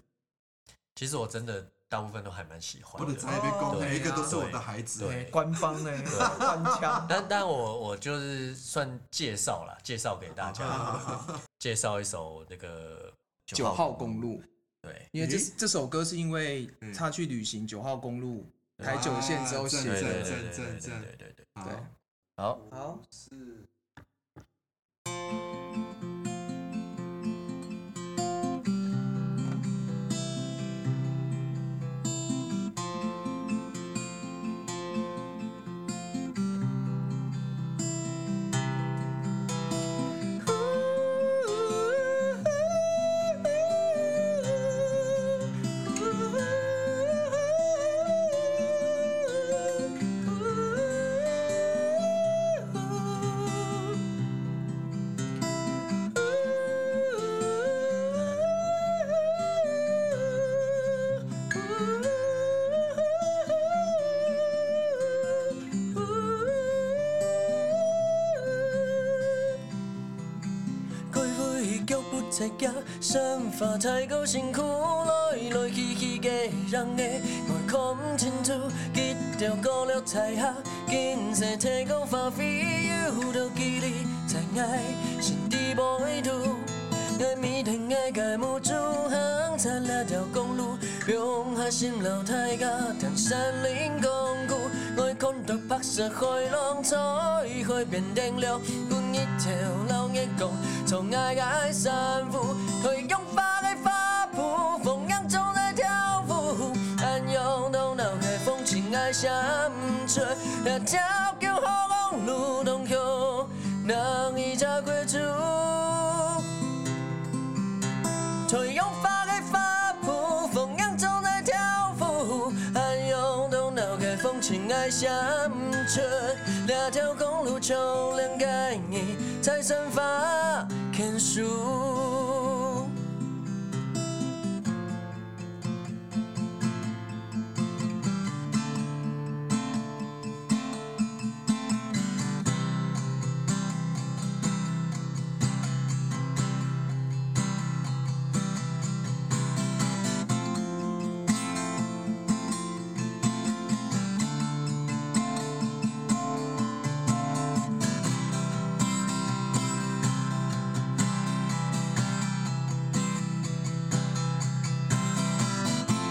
S3: 其实我真的大部分都还蛮喜欢
S5: 我
S3: 的
S5: 的。才被
S4: 哦
S5: 攻，
S1: 对
S5: 每一个都是
S4: 啊
S5: 我的孩子。
S4: 欸
S3: 对
S1: 官方呢，官腔。
S3: 但但我我就是算介绍啦，介绍给 大家，介绍一首那个
S1: 九号公，路，
S3: 对，
S1: 因为这
S5: 咦
S1: 这首歌是因为他去旅行九号公路台九线之后
S5: 啊
S1: 写的。
S3: 对对对
S5: 赞
S3: 对
S5: 赞
S3: 对
S5: 赞
S3: 对对对。
S5: 好
S1: 对，
S3: 好，
S1: 好，
S6: Ooh.
S7: 切也想法太过辛苦，来来去去嘅人的外看唔清楚，结着高了彩霞，见世提高花费，有到距离才爱，心地无爱度，爱米定爱解无助，行差两条公路，用下心流太假，但山岭公故。爱看到白色海浪彩，海变定了，半一条流一共，从爱爱散步，去拥抱的花圃，风影中在跳舞，暗涌动脑海风情爱相追，那条叫好公路东口，能一家归处。吹拥花开花圃，风影中在跳舞，暗涌动脑海风情爱相衬。那条公路就连盖你，才散发天数。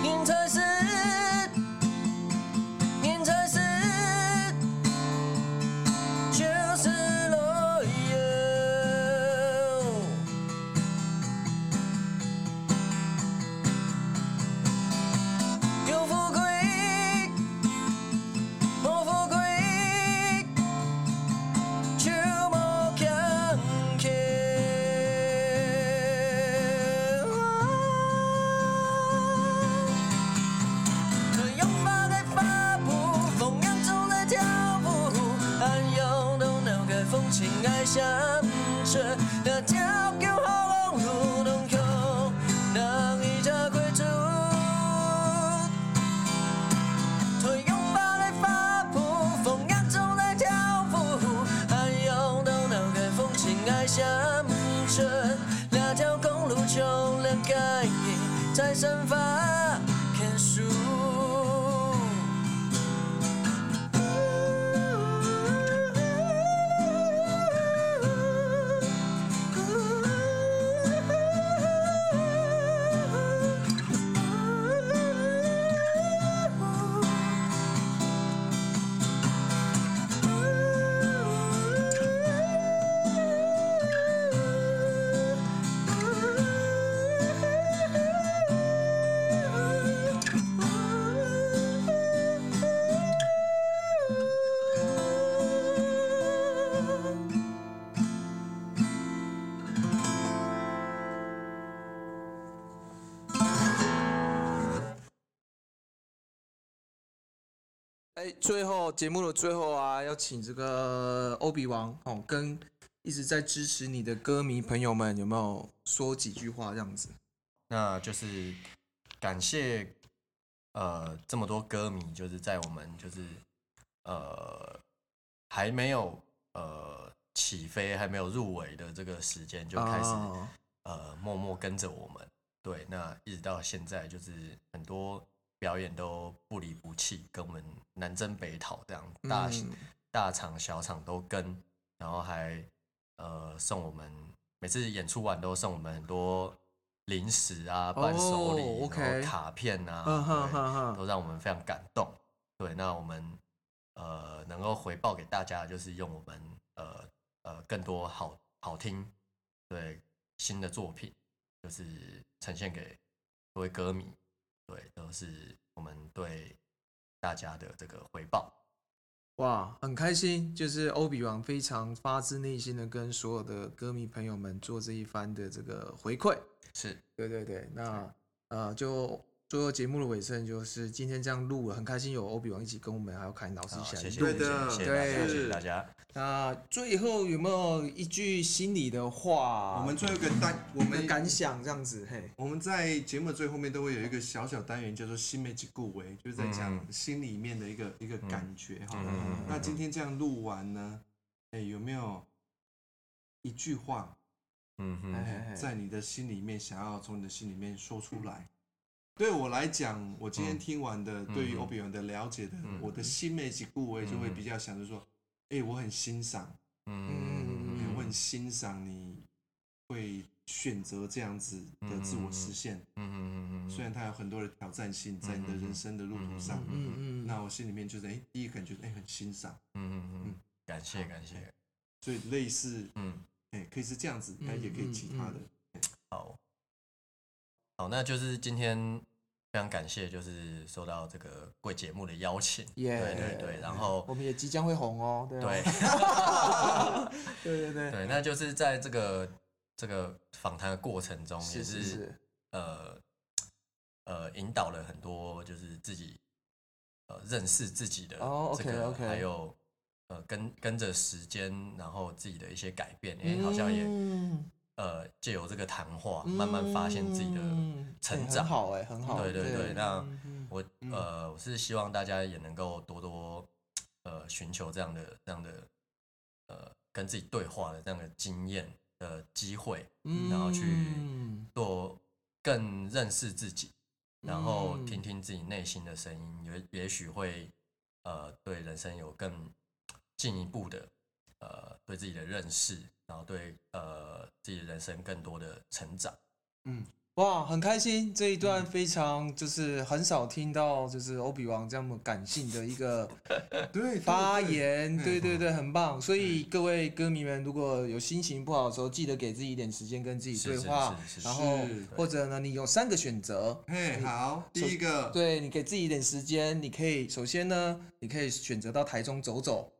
S7: 您才是，您才是，就是落叶。有富贵，无富贵，就无坎坷。用花开花圃，风影中在跳舞，暗涌动脑海风情爱相衬，那条叫好公路东口，能一家归处。推拥花开花圃，风影中在跳舞，暗涌动脑海风情爱相衬，那条公路就连盖你，在散发天数。
S1: 哎，最后节目的最后啊，要请这个欧比王哦，跟一直在支持你的歌迷朋友们，有没有说几句话这样子？
S3: 那就是感谢呃这么多歌迷，就是在我们就是呃还没有呃起飞、还没有入围的这个时间就开始、
S1: 哦
S3: 呃默默跟着我们。对，那一直到现在，就是很多表演都不离不弃，跟我们南征北讨这样，大、
S1: 嗯
S3: 大场小场都跟，然后还呃送我们每次演出完都送我们很多零食啊、伴手礼、
S1: 哦，OK
S3: 然后卡片啊，
S1: 嗯哼
S3: 对
S1: 哼哼，
S3: 都让我们非常感动。对，那我们呃能够回报给大家，就是用我们呃呃更多好好听对新的作品，就是呈现给各位歌迷，对，都是我们对大家的这个回报。
S1: 哇，很开心，就是欧比王非常发自内心的跟所有的歌迷朋友们做这一番的这个回馈。
S3: 是，
S1: 对对对，那呃，就最后节目的尾声，就是今天这样录了，很开心有欧比王一起跟我们还有凯老师
S3: 好
S1: 一起来
S3: 谢谢，
S1: 录
S3: 谢谢，
S4: 的
S3: 谢谢大家，
S1: 对
S3: 谢谢大家。
S1: 那最后有没有一句心里的话？
S4: 我们最后一个
S3: 啊
S4: 单，我
S1: 的
S4: 们
S1: 感想这样子，嘿，
S4: 我们在节目的最后面都会有一个小小单元叫做“心美之故为”，就是在讲
S3: 嗯
S4: 心里面的一个一个感觉哈。
S3: 嗯
S4: 那今天这样录完呢，哎，有没有一句话
S3: 嗯哼，
S1: 哎
S4: 在你的心里面，想要从你的心里面说出来。
S3: 嗯
S4: 对我来讲，我今天听完的对于
S3: 嗯
S4: 欧比文的了解的，我的心美及故我也就会比较想着说，哎，我很欣赏，哎
S3: 嗯
S4: 我很欣赏你会选择这样子的自我实现，
S3: 嗯嗯嗯
S4: 虽然它有很多的挑战性在你的人生的路途上，
S1: 嗯嗯，
S4: 那我心里面就是哎，第一感觉哎很欣赏，
S3: 嗯嗯，感谢感谢，
S4: 所以类似
S3: 嗯，
S4: 哎可以是这样子，哎也可以其他的，
S3: 好，好，那就是今天非常感谢，就是收到这个贵节目的邀请，
S1: 耶
S3: 对对对，然后
S1: 我们也即将会红哦，对
S3: 对
S1: 哦 对对对，
S3: 对，那就是在这个这个访谈的过程中，也
S1: 是是是，
S3: 呃呃引导了很多，就是自己呃认识自己的
S1: 哦
S3: 这个，
S1: OK，OK
S3: 还有呃跟跟着时间，然后自己的一些改变，哎、好像也
S1: 嗯
S3: 呃借由这个谈话，慢慢发现自己的
S1: 嗯哎
S3: 成
S1: 很
S3: 长。
S1: 好哎，很好，
S3: 对对对，那
S1: 嗯嗯
S3: 我呃我是希望大家也能够多多呃寻求这样的这样的呃跟自己对话的这样的经验的机会，然后去
S1: 嗯
S3: 做更认识自己，然后
S1: 嗯
S3: 听听自己内心的声音，也也许会呃对人生有更进一步的呃对自己的认识，然后对呃自己的人生更多的成长。
S1: 哇，很开心这一段非常就是很少听到就是欧比王这么感性的一个
S3: 嗯
S4: 对嗯
S1: 发言，对对对，很棒。所以各位歌迷们，如果有心情不好的时候，记得给自己一点时间跟自己对话
S3: 是是是是，
S1: 然后
S4: 是
S1: 或者呢，你有三个选择，
S3: 哎
S4: 嘿，好，第一个，
S1: 对你给自己一点时间，你可以首先呢，你可以选择到台中走走，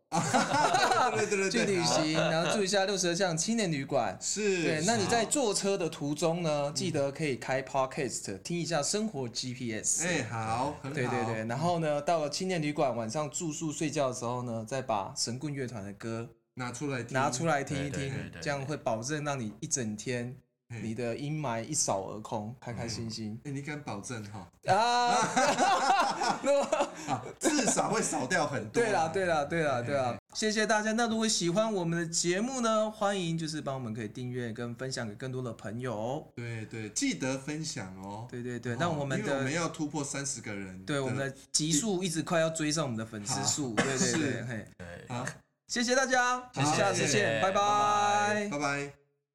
S4: 对对对
S1: 去
S4: 对，
S1: 旅行，然后住一下六十二巷青年旅馆。
S4: 是，嗯
S1: 对，那你在坐车的途中呢，记得可以开 podcast 听一下生活 GPS。
S4: 哎好，很好，
S1: 对对对，，然后呢，到了青年旅馆晚上住宿睡觉的时候呢，再把神棍乐团的歌
S4: 拿出来听
S1: 拿出，来听一
S3: 对对
S1: 听
S3: 对对，
S1: 这样会保证让你一整天
S4: 嘿
S1: 你的阴霾一扫而空，开开心心
S4: 哎，你敢保证哈？
S1: 啊！那么
S4: 啊，至少会少掉很多。啊
S1: 对啦，对啦，对啦，对啦，谢谢大家。那如果喜欢我们的节目呢，欢迎就是帮我们可以订阅跟分享给更多的朋友哦。
S4: 对对，记得分享哦。
S1: 对对对，
S4: 哦，
S1: 让我们
S4: 因为我们
S1: 的
S4: 要突破三十个人。
S1: 对我们的集数一直快要追上我们的粉丝 数，对对对，
S4: 是
S1: 嘿，
S3: 对，
S4: 好，
S1: 谢谢大家，
S4: 好
S1: 下次
S4: 谢谢
S1: 见，拜
S3: 拜拜
S1: 拜
S4: 拜拜。